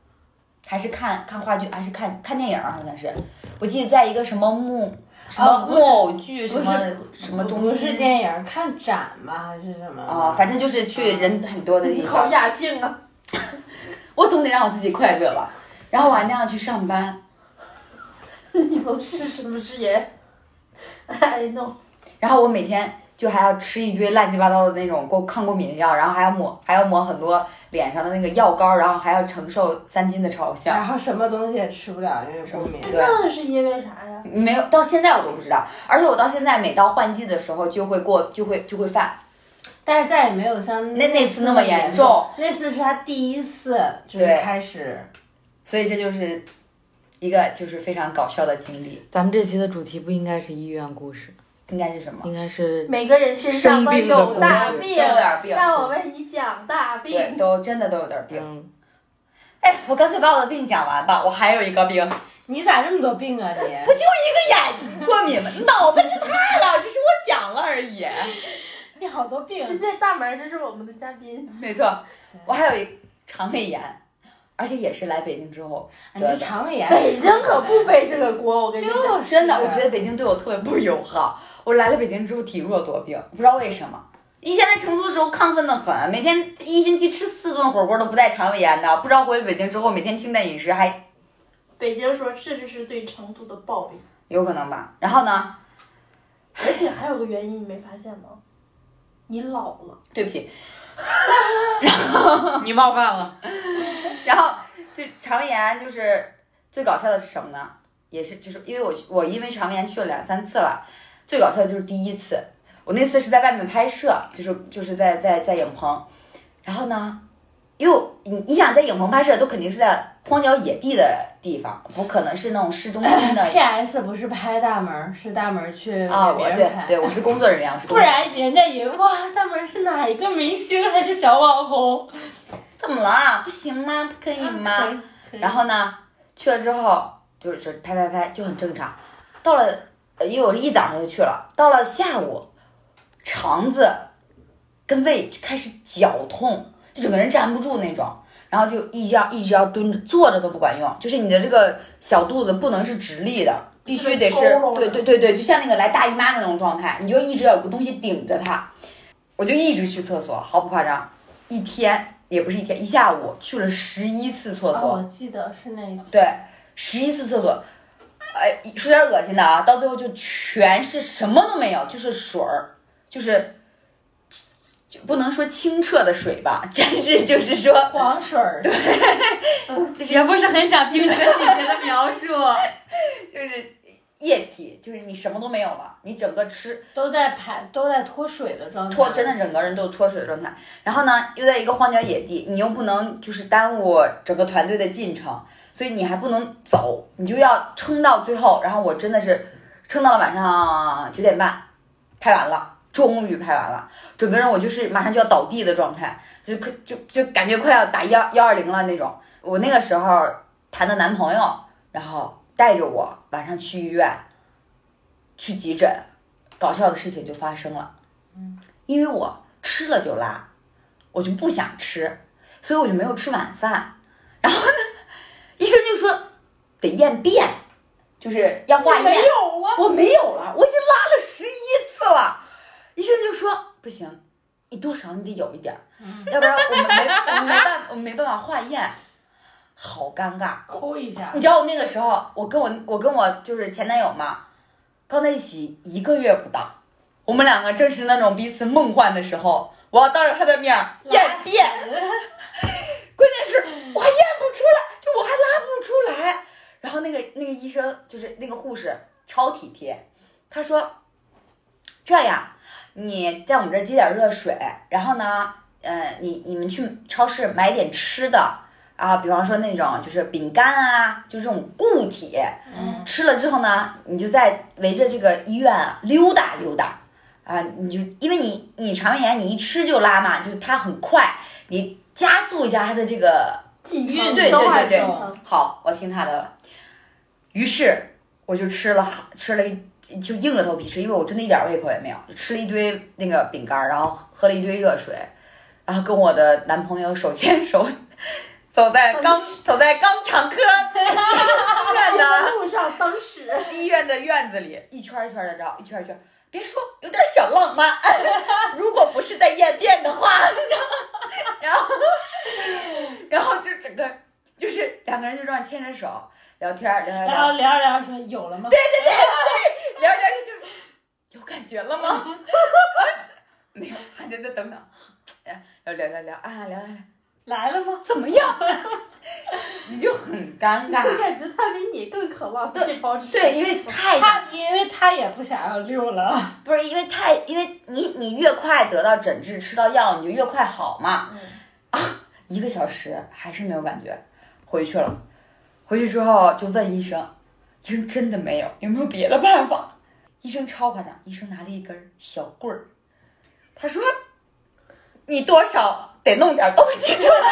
Speaker 2: 还是看看话剧，还是看看电影儿，好像是。我记得在一个什么木什
Speaker 4: 哦
Speaker 2: 么
Speaker 4: 不是
Speaker 2: 木偶剧什么
Speaker 4: 不
Speaker 2: 什么中
Speaker 4: 不是
Speaker 2: 心
Speaker 4: 电影，看展吗？还是什么？
Speaker 2: 啊、反正就是去人很多的地
Speaker 5: 你好
Speaker 2: 方，
Speaker 5: 雅静啊！
Speaker 2: 我总得让我自己快乐吧。然后我还那样去上班，
Speaker 5: <laughs> 你都是什么哎之言？I know，
Speaker 2: 然后我每天就还要吃一堆乱七八糟的那种过抗过敏的药，然后还要抹还要抹很多脸上的那个药膏，然后还要承受三金的嘲笑。
Speaker 4: 然后什么东西也吃不了，因为过敏。
Speaker 2: 对，
Speaker 5: 那是因为啥呀？
Speaker 2: 没有到现在我都不知道，而且我到现在每到换季的时候就会过就会就会犯，
Speaker 4: 但是再也没有像
Speaker 2: 那那次那么严
Speaker 4: 严
Speaker 2: 重，
Speaker 4: 那次是他第一次就是
Speaker 2: 对
Speaker 4: 开始。
Speaker 2: 所以这就是一个就是非常搞笑的经历，
Speaker 1: 咱们这期的主题不应该是医院故事，
Speaker 2: 应该是什么？
Speaker 1: 应该 <laughs> 是
Speaker 5: 每个人身上
Speaker 1: 生
Speaker 5: 都
Speaker 1: 病的
Speaker 5: 有大
Speaker 1: 故事
Speaker 5: 病啊
Speaker 2: 都有点，病
Speaker 5: 那我为你讲大
Speaker 2: 对，
Speaker 5: 病。
Speaker 2: 都真的都有点病。
Speaker 1: 嗯，
Speaker 2: 哎，我干脆把我的病讲完吧，我还有一个病，
Speaker 4: 你咋这么多病啊你？
Speaker 2: 眼过敏，脑子是他的，只是我讲了而已。
Speaker 4: 你好多病啊
Speaker 5: 今天大门，这是我们的嘉宾，
Speaker 2: 没错，我还有一肠胃炎，而且也是来北京之后
Speaker 4: 你
Speaker 2: 得
Speaker 4: 这
Speaker 2: 的。
Speaker 4: 肠胃炎。
Speaker 5: 北京可不背这个锅，我跟你讲。
Speaker 4: 就是
Speaker 2: 真的，我觉得北京对我特别不友好。我来了北京之后体弱多病，不知道为什么。以前在成都的时候亢奋的很，每天一星期吃四顿火锅都不带肠胃炎的，不知道回北京之后每天清淡饮食还
Speaker 5: 北京说，甚至是对成都的暴力，
Speaker 2: 有可能吧。然后呢，
Speaker 5: 而且还有个原因，你没发现吗？你老了，
Speaker 2: 对不起，
Speaker 1: 你冒犯了，
Speaker 2: 然后就肠胃炎就是最搞笑的是什么呢？也是就是因为我我因为肠胃炎去了两三次了，最搞笑的就是第一次，我那次是在外面拍摄，就是就是在在在影棚，然后呢，因为我你你想在影棚拍摄都肯定是在荒郊野地的地方，不可能是那种市中心 <laughs> 的。
Speaker 4: P.S. 不是拍大门儿，是大门儿去给
Speaker 2: 啊，我
Speaker 4: 别人
Speaker 2: 对
Speaker 4: 拍
Speaker 2: 对，我是工作人员，我是
Speaker 4: 不
Speaker 2: 工作人员
Speaker 4: 然人家以为哇，大门儿是哪一个明星还是小网红？
Speaker 2: 怎么了？不行吗？不可以吗？
Speaker 4: 可以
Speaker 2: 然后呢，去了之后就是拍拍拍就很正常。到了，呃因为我是一早上就去了，到了下午，肠子跟胃就开始绞痛，就整个人站不住那种。然后就一直要一直要蹲着，坐着都不管用，就是你的这个小肚子不能是直立的，必须得是
Speaker 5: 就是佝偻的
Speaker 2: 对对对对，就像那个来大姨妈的那种状态，你就一直要有个东西顶着它。我就一直去厕所，毫不夸张，一天也不是一天，一下午去了十一次厕所。
Speaker 4: 哦，我记得是那个。
Speaker 2: 对，十一次厕所，哎，说点恶心的啊，到最后就全是什么都没有，就是水儿，就是就不能说清澈的水吧， <laughs> 但是就是说，
Speaker 4: 黄水儿，
Speaker 1: 也不是很想听这个细节的描述。
Speaker 2: 就是液体，就是你什么都没有了，你整个吃
Speaker 4: 都在排，都在脱水的状态。
Speaker 2: 脱，真的整个人都有脱水的状态。然后呢，又在一个荒郊野地，你又不能就是耽误整个团队的进程，所以你还不能走，你就要撑到最后。然后我真的是撑到了晚上九点半，拍完了，终于拍完了，整个人我就是马上就要倒地的状态，就可就就感觉快要打幺幺二零了那种。我那个时候谈的男朋友，然后带着我晚上去医院，去急诊，搞笑的事情就发生了。因为我吃了就拉，我就不想吃，所以我就没有吃晚饭。然后呢，医生就说得验便，就是要化验。
Speaker 5: 没有啊，
Speaker 2: 我没有了，我已经拉了十一次了。医生就说不行，你多少你得有一点儿，
Speaker 5: 嗯
Speaker 2: 要不然我们没我们没办我们没办法化验，好尴尬。
Speaker 4: 抠一下
Speaker 2: 你。知道我那个时候，我跟我我跟我就是前男友嘛，刚在一起一个月不到，我们两个正是那种彼此梦幻的时候，我要当着他的面儿验便，关键是我还验不出来，就我还拉不出来。然后那个那个医生就是那个护士超体贴，他说这样，你在我们这儿接点热水，然后呢，呃，你你们去超市买点吃的。啊，比方说那种就是饼干啊，就这种固体，
Speaker 4: 嗯
Speaker 2: 吃了之后呢，你就在围着这个医院啊溜达溜达，啊，你就因为你你肠胃炎，你一吃就拉嘛，就它很快，你加速一下它的这个
Speaker 5: 进
Speaker 4: 运
Speaker 5: 城
Speaker 4: 对
Speaker 5: 消
Speaker 4: 对
Speaker 5: 化
Speaker 2: 对
Speaker 4: 对
Speaker 5: 正常
Speaker 2: 好，我听他的了。于是我就吃了吃了一就硬着头皮吃，因为我真的一点胃口也没有，就吃了一堆那个饼干，然后喝了一堆热水，然后跟我的男朋友手牵手走在肛走在肛肠科医院的
Speaker 5: 路上当时
Speaker 2: 医院的院子里，一圈儿一圈的绕，一圈儿一圈儿。别说，有点小浪漫。 <laughs> 如果不是在演变的话， <laughs> 然后，然后就整个就是两个人就这样牵着手聊天儿，聊聊
Speaker 4: 然后
Speaker 2: 聊，
Speaker 4: 聊着聊着说有了吗？
Speaker 2: 聊着聊着就有感觉了吗？ <laughs> 没有，还得再等等。哎聊聊聊聊啊，聊聊聊，
Speaker 4: 来了吗？
Speaker 2: 怎么样？ <laughs> 你就很尴
Speaker 5: 我
Speaker 2: 尬。
Speaker 5: 感觉他比你更渴望这包纸。
Speaker 2: 对，因为太想
Speaker 4: 他因为他也不想要溜了，
Speaker 2: 不是因为太，因为你你越快得到诊治，吃到药，你就越快好嘛。
Speaker 5: 嗯
Speaker 2: 一个小时还是没有感觉，回去了。回去之后就问医生，医生真的没有，有没有别的办法？医生超夸张，医生拿了一根小棍儿，他说：“你多少得弄点东西出来。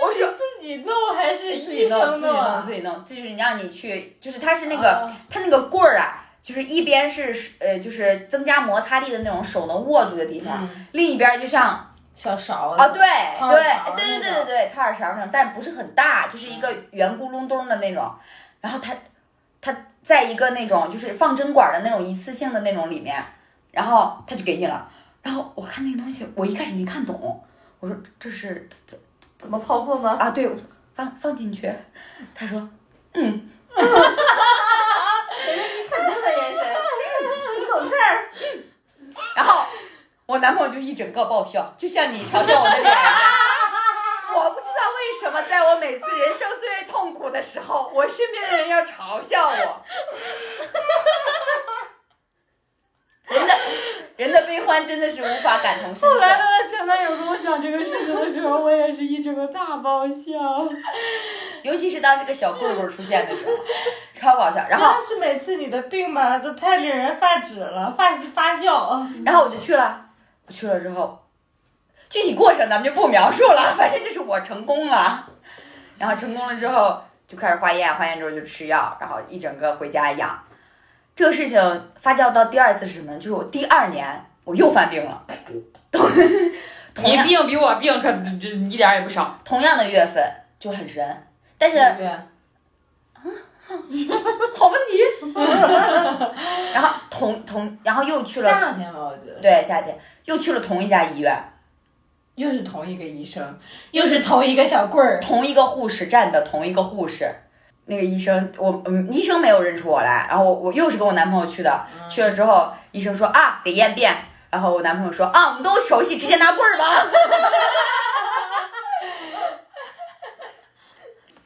Speaker 2: 我
Speaker 4: 是自己弄还是”
Speaker 2: 自己
Speaker 4: 医
Speaker 2: 弄，
Speaker 4: 生哦
Speaker 2: 自己弄，
Speaker 4: 啊
Speaker 2: 自己弄，就是你让你去，就是他是那个。它那个棍儿啊，就是一边是呃，就是增加摩擦力的那种手能握住的地方，
Speaker 4: 嗯
Speaker 2: 另一边儿就像
Speaker 4: 小勺
Speaker 2: 啊，
Speaker 4: 子，
Speaker 2: 对
Speaker 4: 掏
Speaker 2: 对
Speaker 4: 耳勺
Speaker 2: 对对
Speaker 4: 那
Speaker 2: 对对
Speaker 4: 种嗯
Speaker 2: 对，掏耳勺那种，但不是很大，就是一个圆咕隆咚的那种。然后它它在一个那种就是放针管的那种一次性的那种里面，然后他就给你了。然后我看那个东西，我一开始没看懂，我说这是
Speaker 5: 怎么操作呢？
Speaker 2: 啊，对，我说放放进去，他说
Speaker 5: 你肯定的眼神，你懂事儿。
Speaker 2: 然后我男朋友就一整个爆笑，就像你嘲笑我的脸一样。我不知道为什么，在我每次人生最痛苦的时候，我身边的人要嘲笑我。 <laughs> 人的人的悲欢真的是无法感同身
Speaker 1: 后
Speaker 2: 受。
Speaker 1: 来她的前男友跟我讲这个事情的时候，我也是一整个大爆笑。
Speaker 2: 尤其是当这个小棍棍出现的时候，超搞笑。然
Speaker 4: 真
Speaker 2: 后
Speaker 4: 的是每次你的病吧，都太令人发指了，发发笑。
Speaker 2: 然后我就去了，我去了之后，具体过程咱们就不描述了， <laughs> 反正就是我成功了。然后成功了之后就开始化验，化验之后就吃药，然后一整个回家养。这个事情发酵到第二次是什么呢？就是我第二年我又犯病了，同同
Speaker 1: 你
Speaker 2: 样
Speaker 1: 病比我病可这一点儿也不少。
Speaker 2: 同样的月份就很神，但是好问题。 <laughs> 然后同同然后又去了，
Speaker 4: 夏天吧，我觉得
Speaker 2: 对夏天又去了同一家医院，
Speaker 4: 又是同一个医生，又是同一个小棍儿，
Speaker 2: 同一个护士站的同一个护士，那个医生，我嗯，医生没有认出我来，然后我我又是跟我男朋友去的，去了之后，医生说啊得验便，然后我男朋友说啊我们都熟悉，直接拿棍儿吧。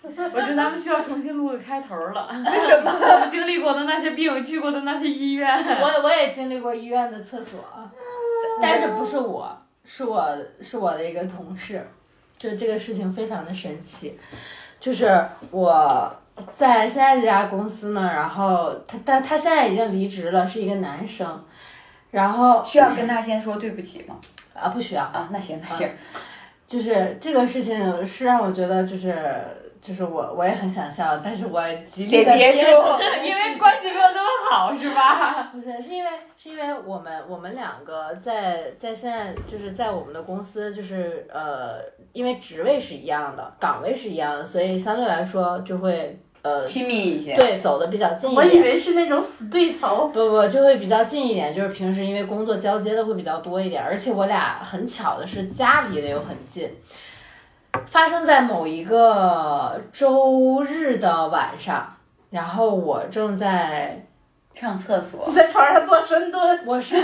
Speaker 1: 我觉得咱们需要重新录个开头了。
Speaker 2: 为什么？
Speaker 1: 我们经历过的那些病，去过的那些医院，
Speaker 4: <laughs> 我我也经历过医院的厕所，啊但是不是我，是我是我的一个同事，就这个事情非常的神奇，就是我在现在这家公司呢，然后他但他现在已经离职了，是一个男生，然后
Speaker 2: 需要跟他先说对不起吗？
Speaker 4: 啊不需要，
Speaker 2: 啊，那行那行，
Speaker 4: 就是这个事情是让我觉得就是就是我我也很想笑，但是我极力
Speaker 2: 得
Speaker 4: 的
Speaker 2: 憋住。
Speaker 1: <laughs> 因为关系没有那么好，是 <laughs> 吧？
Speaker 4: 不是，是因为是因为我们我们两个在在现在就是在我们的公司就是呃，因为职位是一样的，岗位是一样的，所以相对来说就会呃，
Speaker 2: 亲密一些。啊
Speaker 4: 对走的比较近
Speaker 5: 我
Speaker 4: 一
Speaker 5: 以
Speaker 4: 点。
Speaker 5: 为是那种死对头。
Speaker 4: 不不，就会比较近一点，就是平时因为工作交接的会比较多一点，而且我俩很巧的是家离得又很近。发生在某一个周日的晚上，然后我正在
Speaker 2: 上厕所
Speaker 5: 你，在床上做深蹲，
Speaker 4: 我是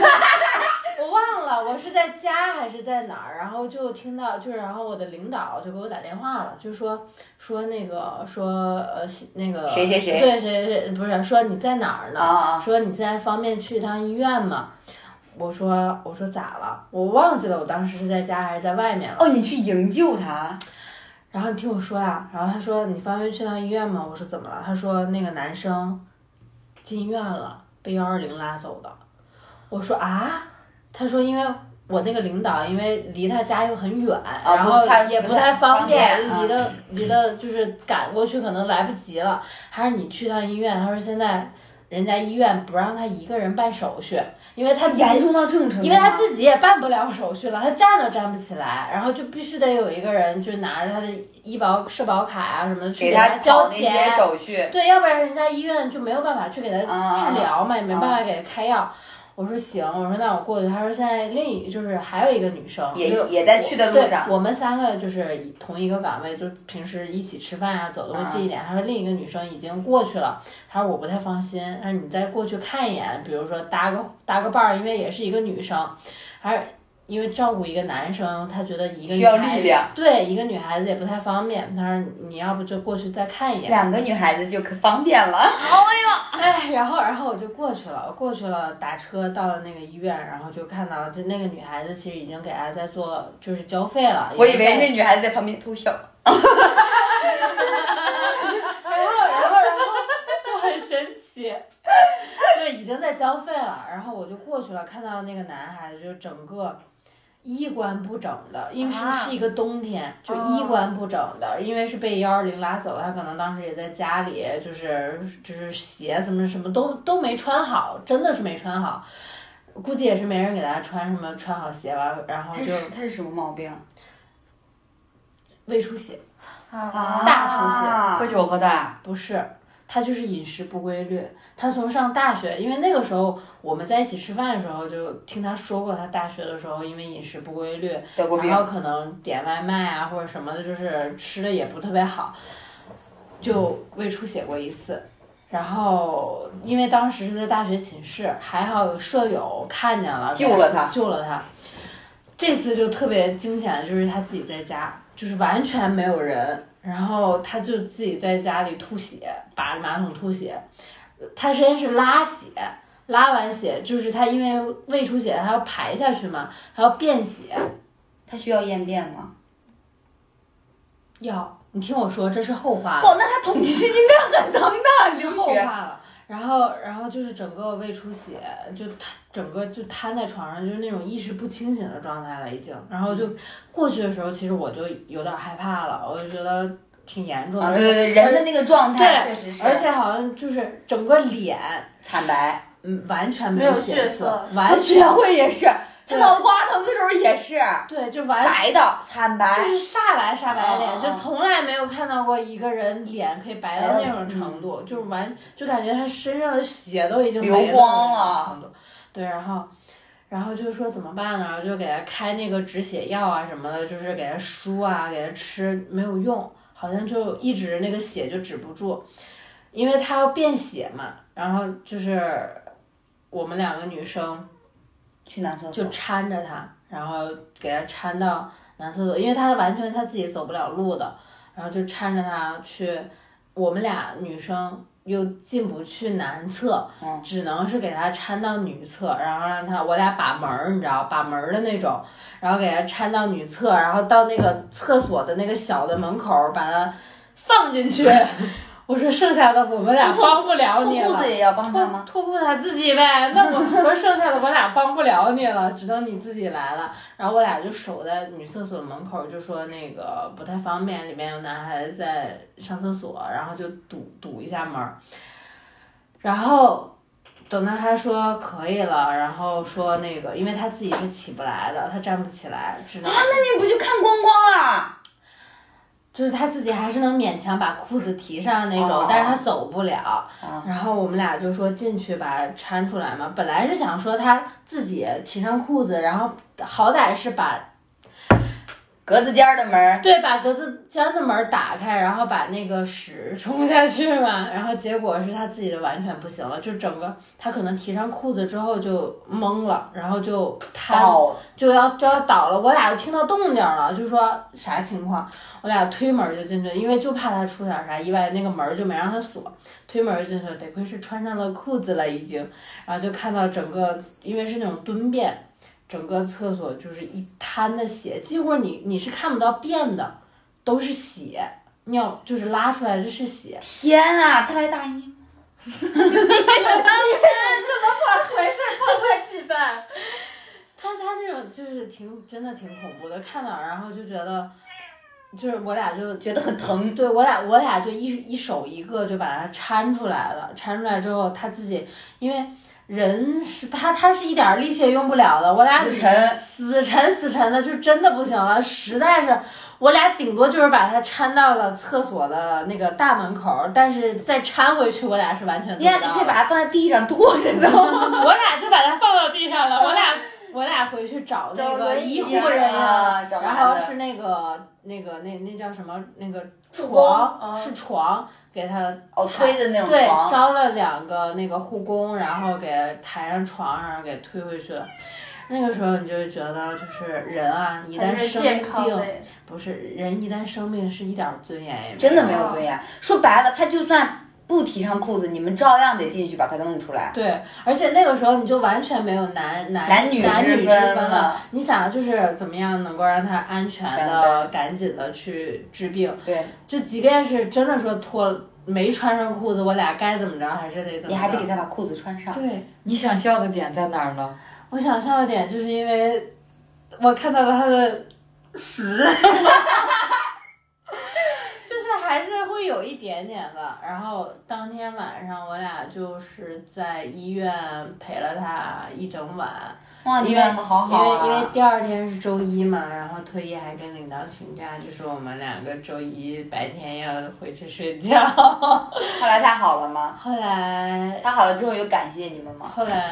Speaker 4: 我忘了我是在家还是在哪儿，然后就听到就是，然后我的领导就给我打电话了，就说说那个说呃西那个
Speaker 2: 谁谁谁
Speaker 4: 对谁谁谁不是说你在哪儿呢？
Speaker 2: 啊啊
Speaker 4: 说你现在方便去一趟医院吗？我说我说咋了？我忘记了我当时是在家还是在外面了。
Speaker 2: 哦，你去营救他，
Speaker 4: 然后你听我说呀、然后他说你方便去趟医院吗？我说怎么了？他说那个男生进医院了，被幺二零拉走的。我说啊，他说因为我那个领导因为离他家又很远，然后
Speaker 2: 哦不太
Speaker 4: 也
Speaker 2: 不
Speaker 4: 不
Speaker 2: 太
Speaker 4: 太方
Speaker 2: 方便嗯
Speaker 4: 离的、离的就是赶过去可能来不及了，还是你去趟医院。他说现在人家医院不让他一个人办手续，因为他自己
Speaker 5: 严重到这种
Speaker 2: 嗯
Speaker 5: 程度吗，
Speaker 4: 因为他自己也办不了手续了，他站都站不起来，然后就必须得有一个人就拿着他的医保社保卡啊什么的去
Speaker 2: 给
Speaker 4: 他
Speaker 2: 他
Speaker 4: 交
Speaker 2: 跑那些
Speaker 4: 钱，
Speaker 2: 手续，
Speaker 4: 对，要不然人家医院就没有办法去给他
Speaker 2: 啊
Speaker 4: 治疗嘛，也没
Speaker 2: 啊
Speaker 4: 办法给他开药。我说行，我说那我过去。他说现在另一就是还有一个女生
Speaker 2: 也
Speaker 4: 就是
Speaker 2: 也在去的路
Speaker 4: 对
Speaker 2: 上，
Speaker 4: 我们三个就是同一个岗位，就平时一起吃饭啊，走的会近一点。他说另一个女生已经过去了，他说我不太放心，他说你再过去看一眼，比如说搭个搭个伴儿，因为也是一个女生，还是因为照顾一个男生，他觉得一个女
Speaker 2: 需要
Speaker 4: 孩
Speaker 2: 力
Speaker 4: 子
Speaker 2: 量。
Speaker 4: 对一个女孩子也不太方便。他说你要不就过去再看
Speaker 2: <laughs>
Speaker 4: 一眼。
Speaker 2: 两个女孩子就可方便了。
Speaker 4: 哎，然后然后我就过去了，我过去了，打车到了那个医院，然后就看到就那个女孩子其实已经给她在做就是交费了。
Speaker 2: 我
Speaker 4: 已
Speaker 2: 以
Speaker 4: 经
Speaker 2: 为
Speaker 4: 在
Speaker 2: 那女孩子在旁边偷笑。
Speaker 4: 然后，然后，然后就很神奇，对，已经在交费了。然后我就过去了，看到那个男孩子就整个衣冠不整的，因为是、
Speaker 5: 啊
Speaker 4: 是一个冬天，就
Speaker 5: 哦
Speaker 4: 衣冠不整的，因为是被幺二零拉走了，他可能当时也在家里，就是就是鞋什么什么都都没穿好，真的是没穿好。估计也是没人给他穿什么穿好鞋吧，然后
Speaker 2: 她
Speaker 4: 就是
Speaker 2: 哦她是什么毛病？
Speaker 4: 胃出血，
Speaker 5: 啊
Speaker 4: 大出血
Speaker 1: 喝酒喝大，
Speaker 4: 不是，他就是饮食不规律。他从上大学，因为那个时候我们在一起吃饭的时候，就听他说过，他大学的时候因为饮食不规律，
Speaker 2: 得过
Speaker 4: 然
Speaker 2: 病。
Speaker 4: 后可能点外卖啊或者什么的，就是吃的也不特别好，就胃出血过一次。然后因为当时是在大学寝室，还好有舍友看见了，
Speaker 2: 救了他
Speaker 4: 救了他。这次就特别惊险的就是他自己在家，就是完全没有人，然后他就自己在家里吐血，把马桶吐血。他先是拉血，拉完血就是他因为胃出血，他要排下去嘛，还要便血，
Speaker 2: 她需要验便吗？
Speaker 4: 要你听我说，这是后话了，
Speaker 2: 哦，那她捅进去应该很疼的，
Speaker 4: 这是
Speaker 2: 流 <laughs>
Speaker 4: 后
Speaker 2: 血。
Speaker 4: 话了。然后，然后就是整个胃出血，就瘫，整个就瘫在床上，就是那种意识不清醒的状态了已经。然后就过去的时候，其实我就有点害怕了，我就觉得挺严重的，
Speaker 2: 啊，对对对，人的那个状态确实是
Speaker 4: 而且好像就是整个脸，
Speaker 2: 惨白。
Speaker 4: 嗯，完全
Speaker 5: 没有
Speaker 4: 血
Speaker 5: 血色
Speaker 4: 完
Speaker 2: 学
Speaker 4: 全
Speaker 2: 会也 <laughs> 是，她
Speaker 4: 对
Speaker 2: 脑瓜疼的时候也是
Speaker 4: 对，就完
Speaker 2: 白的，惨
Speaker 4: 就
Speaker 2: 白。
Speaker 4: 是煞白煞白
Speaker 2: 哦哦
Speaker 4: 脸，
Speaker 2: 哦哎
Speaker 4: 就从来没有看到过一个人脸可以白到那
Speaker 2: 嗯
Speaker 4: 种程度，就是完就感觉他身上的血都已经
Speaker 2: 流光了
Speaker 4: 了。对，然后然后就说怎么办呢？就给他开那个止血药啊什么的，就是给他输啊，给他吃，没有用，好像就一直那个血就止不住，因为他要便血嘛。然后就是我们两个女生。
Speaker 2: 去男厕所
Speaker 4: 就。搀着他，然后给他搀到男厕所，因为他完全他自己走不了路的，然后就搀着他去，我们俩女生又进不去男厕，
Speaker 2: 嗯
Speaker 4: 只能是给他搀到女厕，然后让他我俩把门儿，你知道把门儿的那种，然后给他搀到女厕，然后到那个厕所的那个小的门口儿把他放进去。 <laughs> 我说剩下的我们俩帮不了
Speaker 2: 脱
Speaker 4: 你了，
Speaker 2: 裤子也要帮她
Speaker 4: 脱
Speaker 2: 吗？
Speaker 4: 脱裤子他自己呗，那
Speaker 2: <laughs>
Speaker 4: 我我说剩下的我俩帮不了你了，只能你自己来了。然后我俩就守在女厕所门口，就说那个不太方便，里面有男孩子在上厕所，然后就堵堵一下门儿。然后等到他说可以了，然后说那个，因为他自己是起不来的，他站不起来，只能
Speaker 2: 啊那你不就看光啊光了？
Speaker 4: 就是他自己还是能勉强把裤子提上那种
Speaker 2: 哦，
Speaker 4: 但是他走不了。
Speaker 2: 啊
Speaker 4: 然后我们俩就说进去把他搀出来嘛，本来是想说他自己提上裤子，然后好歹是把
Speaker 2: 格子间儿的门儿，
Speaker 4: 对把格子间的门打开，然后把那个屎冲下去嘛。然后结果是他自己的完全不行了，就整个他可能提上裤子之后就懵了，然后就瘫
Speaker 2: 哦，
Speaker 4: 就要就要倒了，我俩就听到动静了，就说啥情况？我俩推门就进去，因为就怕他出点啥意外，那个门就没让他锁，推门就进去了。得亏是穿上了裤子了已经，然后就看到整个，因为是那种蹲便，整个厕所就是一滩的血，几乎你你是看不到便的，都是血，尿就是拉出来的是血，
Speaker 2: 天啊，她来大姨 <laughs> 吗？
Speaker 5: 太气愤。
Speaker 4: 他他那种就是挺真的挺恐怖的，看到然后就觉得就是我俩就
Speaker 2: 觉得很疼。
Speaker 4: 对我俩，我俩就一一手一个就把它搀出来了。搀出来之后，他自己因为人是他，他是一点儿力气也用不了的。我俩
Speaker 2: 死沉
Speaker 4: 死沉死沉的，就真的不行了，实在是我俩顶多就是把他搀到了厕所的那个大门口，但是再搀回去，我俩是完全
Speaker 2: 你
Speaker 4: 做
Speaker 2: 俩
Speaker 4: 不
Speaker 2: 你可
Speaker 4: 到的。
Speaker 2: 以把它放在地上拖着 <laughs> 走。
Speaker 4: 我俩就把他放到地上了，我俩。我俩回去找那
Speaker 5: 找
Speaker 4: 个
Speaker 5: 轮椅
Speaker 4: 医护人员，
Speaker 2: 啊找
Speaker 4: 然
Speaker 2: 男
Speaker 4: 后
Speaker 2: 的
Speaker 4: 是那个那个那那叫什么那个
Speaker 5: 助攻
Speaker 4: 床、
Speaker 5: 啊
Speaker 4: 是床，给他
Speaker 2: 哦，推的那种
Speaker 4: 对
Speaker 2: 床，
Speaker 4: 招了两个那个护工，然后给抬上床上给推回去了。那个时候你就会觉得，就是人啊，你一旦
Speaker 5: 还是
Speaker 4: 生
Speaker 5: 健康
Speaker 4: 病，
Speaker 5: 呗。
Speaker 4: 不是人一旦生病是一点尊严也没有，
Speaker 2: 真的没有尊严。说白了，他就算不提上裤子，你们照样得进去把它弄出来。
Speaker 4: 对，而且那个时候你就完全没有男男
Speaker 2: 男女
Speaker 4: 男女
Speaker 2: 之
Speaker 4: 之
Speaker 2: 分
Speaker 4: 分
Speaker 2: 了
Speaker 4: 了。你想，就是怎么样能够让他安全
Speaker 2: 全
Speaker 4: 的
Speaker 2: 的、
Speaker 4: 赶紧的去治病？
Speaker 2: 对，
Speaker 4: 就即便是真的说脱没穿上裤子，我俩该怎么着还是得怎么着。
Speaker 2: 你还得给他把裤子穿上。
Speaker 4: 对，
Speaker 1: 你想笑的点在哪儿 <laughs> 呢？
Speaker 4: 我想笑的点就是因为我看到了他的屎， <laughs> 就是还是会有一点点的。然后当天晚上我俩就是在医院陪了他一整晚，
Speaker 2: 哇，你
Speaker 4: 因为
Speaker 2: 练的好
Speaker 4: 因
Speaker 2: 好啊！
Speaker 4: 为因为第二天是周一嘛，然后特意还跟领导请假，就说我们两个周一白天要回去睡觉。 <laughs>
Speaker 2: 后来他好了吗？
Speaker 4: 后来
Speaker 2: 他好了之后有感谢你们吗？
Speaker 4: 后来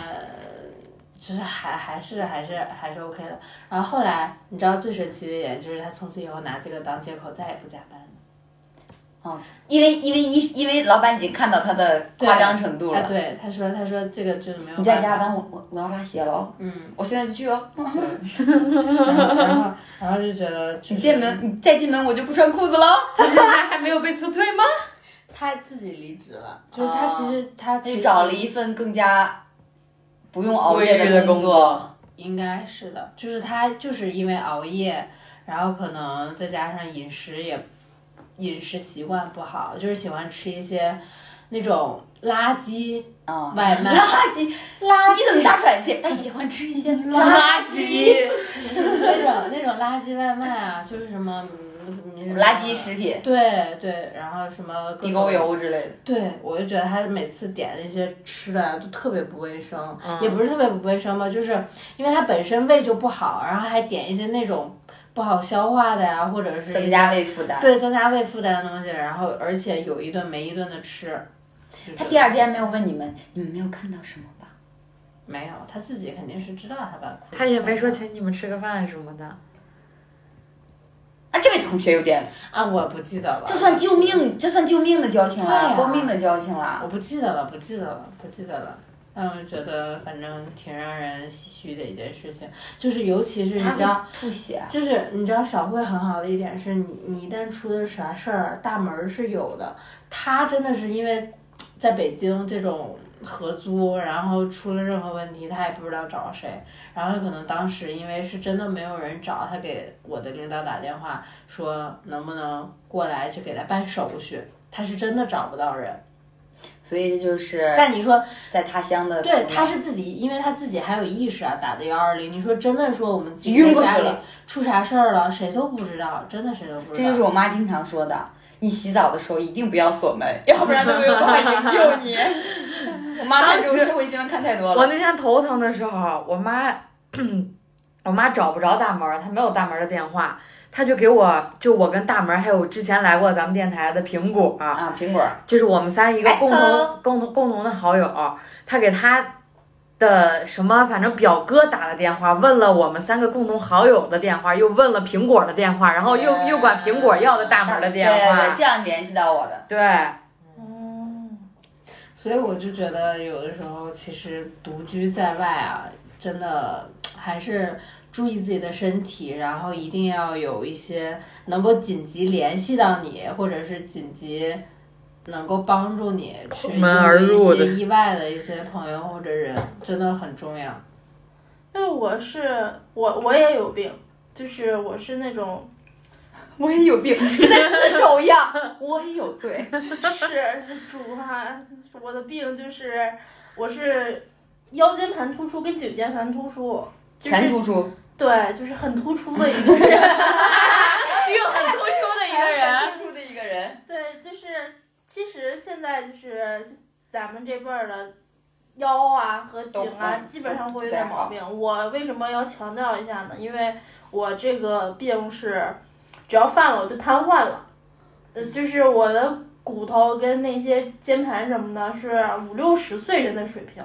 Speaker 4: 就是还还是还是还是 OK 的。然后后来你知道最神奇的一点就是他从此以后拿这个当借口再也不加班了。
Speaker 2: 因为因为医因为老板已经看到他的夸张程度
Speaker 4: 啊，
Speaker 2: 了。
Speaker 4: 对，他说他说这个真的没有
Speaker 2: 你
Speaker 4: 办法。
Speaker 2: 再加班，我我我要拉鞋了哦，
Speaker 4: 嗯，
Speaker 2: 我现在就去哦。
Speaker 4: 然后然后然后就觉得、就是、
Speaker 2: 你进门，你再进门我就不穿裤子了。
Speaker 1: 他现在还没有被辞退吗？
Speaker 4: 他自己离职了，就是他其实、他
Speaker 2: 他
Speaker 4: 其
Speaker 2: 就
Speaker 4: 实
Speaker 2: 找了一份更加不用熬夜
Speaker 1: 规律的
Speaker 2: 工
Speaker 1: 工作
Speaker 4: 应该是的，就是他就是因为熬夜，然后可能再加上饮食也饮食习惯不好，就是喜欢吃一些那种垃圾
Speaker 2: 啊。
Speaker 4: 外卖，
Speaker 2: <laughs> 垃圾，
Speaker 4: 垃
Speaker 2: 你怎么大喘气？他喜欢吃一些垃圾，
Speaker 4: 那种那种垃圾外卖啊，就是什么嗯
Speaker 2: 垃圾食品、
Speaker 4: 对对，然后什么各
Speaker 2: 地
Speaker 4: 种
Speaker 2: 沟，油之类的。
Speaker 4: 对我就觉得他每次点那些吃的啊都特别不卫生，
Speaker 2: 嗯
Speaker 4: 也不是特别不卫生吧，就是因为他本身胃就不好，然后还点一些那种不好消化的呀、或者是一
Speaker 2: 增
Speaker 4: 些
Speaker 2: 加胃负担。
Speaker 4: 对增加胃负担的东西，然后而且有一顿没一顿的吃。就
Speaker 2: 他
Speaker 4: 觉
Speaker 2: 第
Speaker 4: 得
Speaker 2: 二天没有问你们，你们没有看到什么吧？
Speaker 4: 没有，他自己肯定是知道他把
Speaker 1: 他也没说请你们吃个饭什么的。
Speaker 2: 啊，这位同学有点，
Speaker 4: 啊，我不记得了，
Speaker 2: 这算救命，这算救命的交情
Speaker 4: 对
Speaker 2: 了，
Speaker 4: 啊
Speaker 2: 救命的交情了。
Speaker 4: 我不记得了，不记得了，不记得了。但我就觉得，反正挺让人唏嘘的一件事情，就是尤其是你
Speaker 2: 他
Speaker 4: 知道，
Speaker 2: 会吐血，
Speaker 4: 就是你知道小慧很好的一点是你，你一旦出了啥事儿，大门儿是有的。她真的是因为在北京这种合租，然后出了任何问题，她也不知道找谁。然后可能当时因为是真的没有人找，她给我的领导打电话说能不能过来去给她办手续，她是真的找不到人。
Speaker 2: 所以这就是
Speaker 4: 但你说
Speaker 2: 在他乡的朋
Speaker 4: 对，
Speaker 2: 友
Speaker 4: 他是自己，因为他自己还有意识啊，打的幺二零。你说真的，说我们自己
Speaker 2: 晕过
Speaker 4: 在家
Speaker 2: 去
Speaker 4: 里
Speaker 2: 了
Speaker 4: 出啥事儿了，谁都不知道，真的谁都不知
Speaker 2: 这
Speaker 4: 道。
Speaker 2: 就是我妈经常说的。你洗澡的时候一定不要锁门，要不然都没有办法营救你。 <laughs> 我妈看这种社会新闻看太多
Speaker 1: <laughs> 我
Speaker 2: 了，
Speaker 1: 那天头疼的时候，啊我妈，我妈找不着大门儿，她没有大门儿的电话，她就给我，就我跟大门儿，还有之前来过咱们电台的苹果儿、
Speaker 2: 啊，苹果
Speaker 1: 就是我们仨一个共
Speaker 2: 哎
Speaker 1: 同共同共同的好友，他给他的什么，反正表哥打了电话，问了我们三个共同好友的电话，又问了苹果的电话，然后又、
Speaker 2: 嗯
Speaker 1: 又管苹果要的大门的电话，
Speaker 2: 对对，这样联系到我的。
Speaker 1: 对 <laughs>
Speaker 5: 嗯，
Speaker 4: 所以我就觉得，有的时候其实独居在外啊，真的还是注意自己的身体，然后一定要有一些能够紧急联系到你，或者是紧急能够帮助你去
Speaker 1: 破门而入
Speaker 4: 应对
Speaker 1: 的
Speaker 4: 一些意外的一些朋友或者人，真的很重要。
Speaker 5: 因为我是我我也有病，就是我是那种 <laughs>
Speaker 2: 我也有病，现在自首一样，我也有 <laughs> 罪。
Speaker 5: 是主哈，我的病就是我是腰间盘突出跟颈间盘突出，就是
Speaker 2: 全突出，
Speaker 5: 对，就是很突出的一个人。
Speaker 2: 病很突出
Speaker 1: 个
Speaker 4: <laughs>
Speaker 1: 人，
Speaker 2: 突出的一个人，
Speaker 5: 对，就是其实现在就是咱们这辈儿的腰啊和颈啊
Speaker 2: 都，
Speaker 5: 基本上会有点毛病。我为什么要强调一下呢？因为我这个病是，只要犯了我就瘫痪了，呃，就是我的骨头跟那些肩盘什么的，是五六十岁人的水平。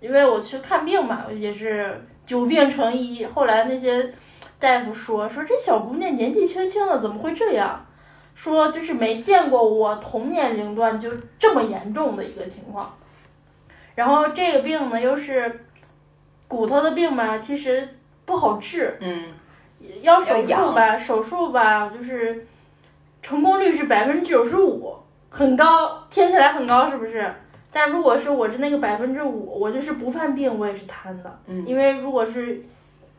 Speaker 5: 因为我去看病嘛，也是久病成医。后来那些大夫说说这小姑娘年纪轻轻的，怎么会这样？说就是没见过我同年龄段就这么严重的一个情况。然后这个病呢，又是骨头的病嘛，其实不好治，
Speaker 2: 嗯，
Speaker 5: 要手
Speaker 2: 要
Speaker 5: 术吧，手术吧，就是成功率是百分之九十五，很高，听起来很高，是不是？但如果是我是那个百分之五，我就是不犯病，我也是瘫的，
Speaker 2: 嗯
Speaker 5: 因为如果是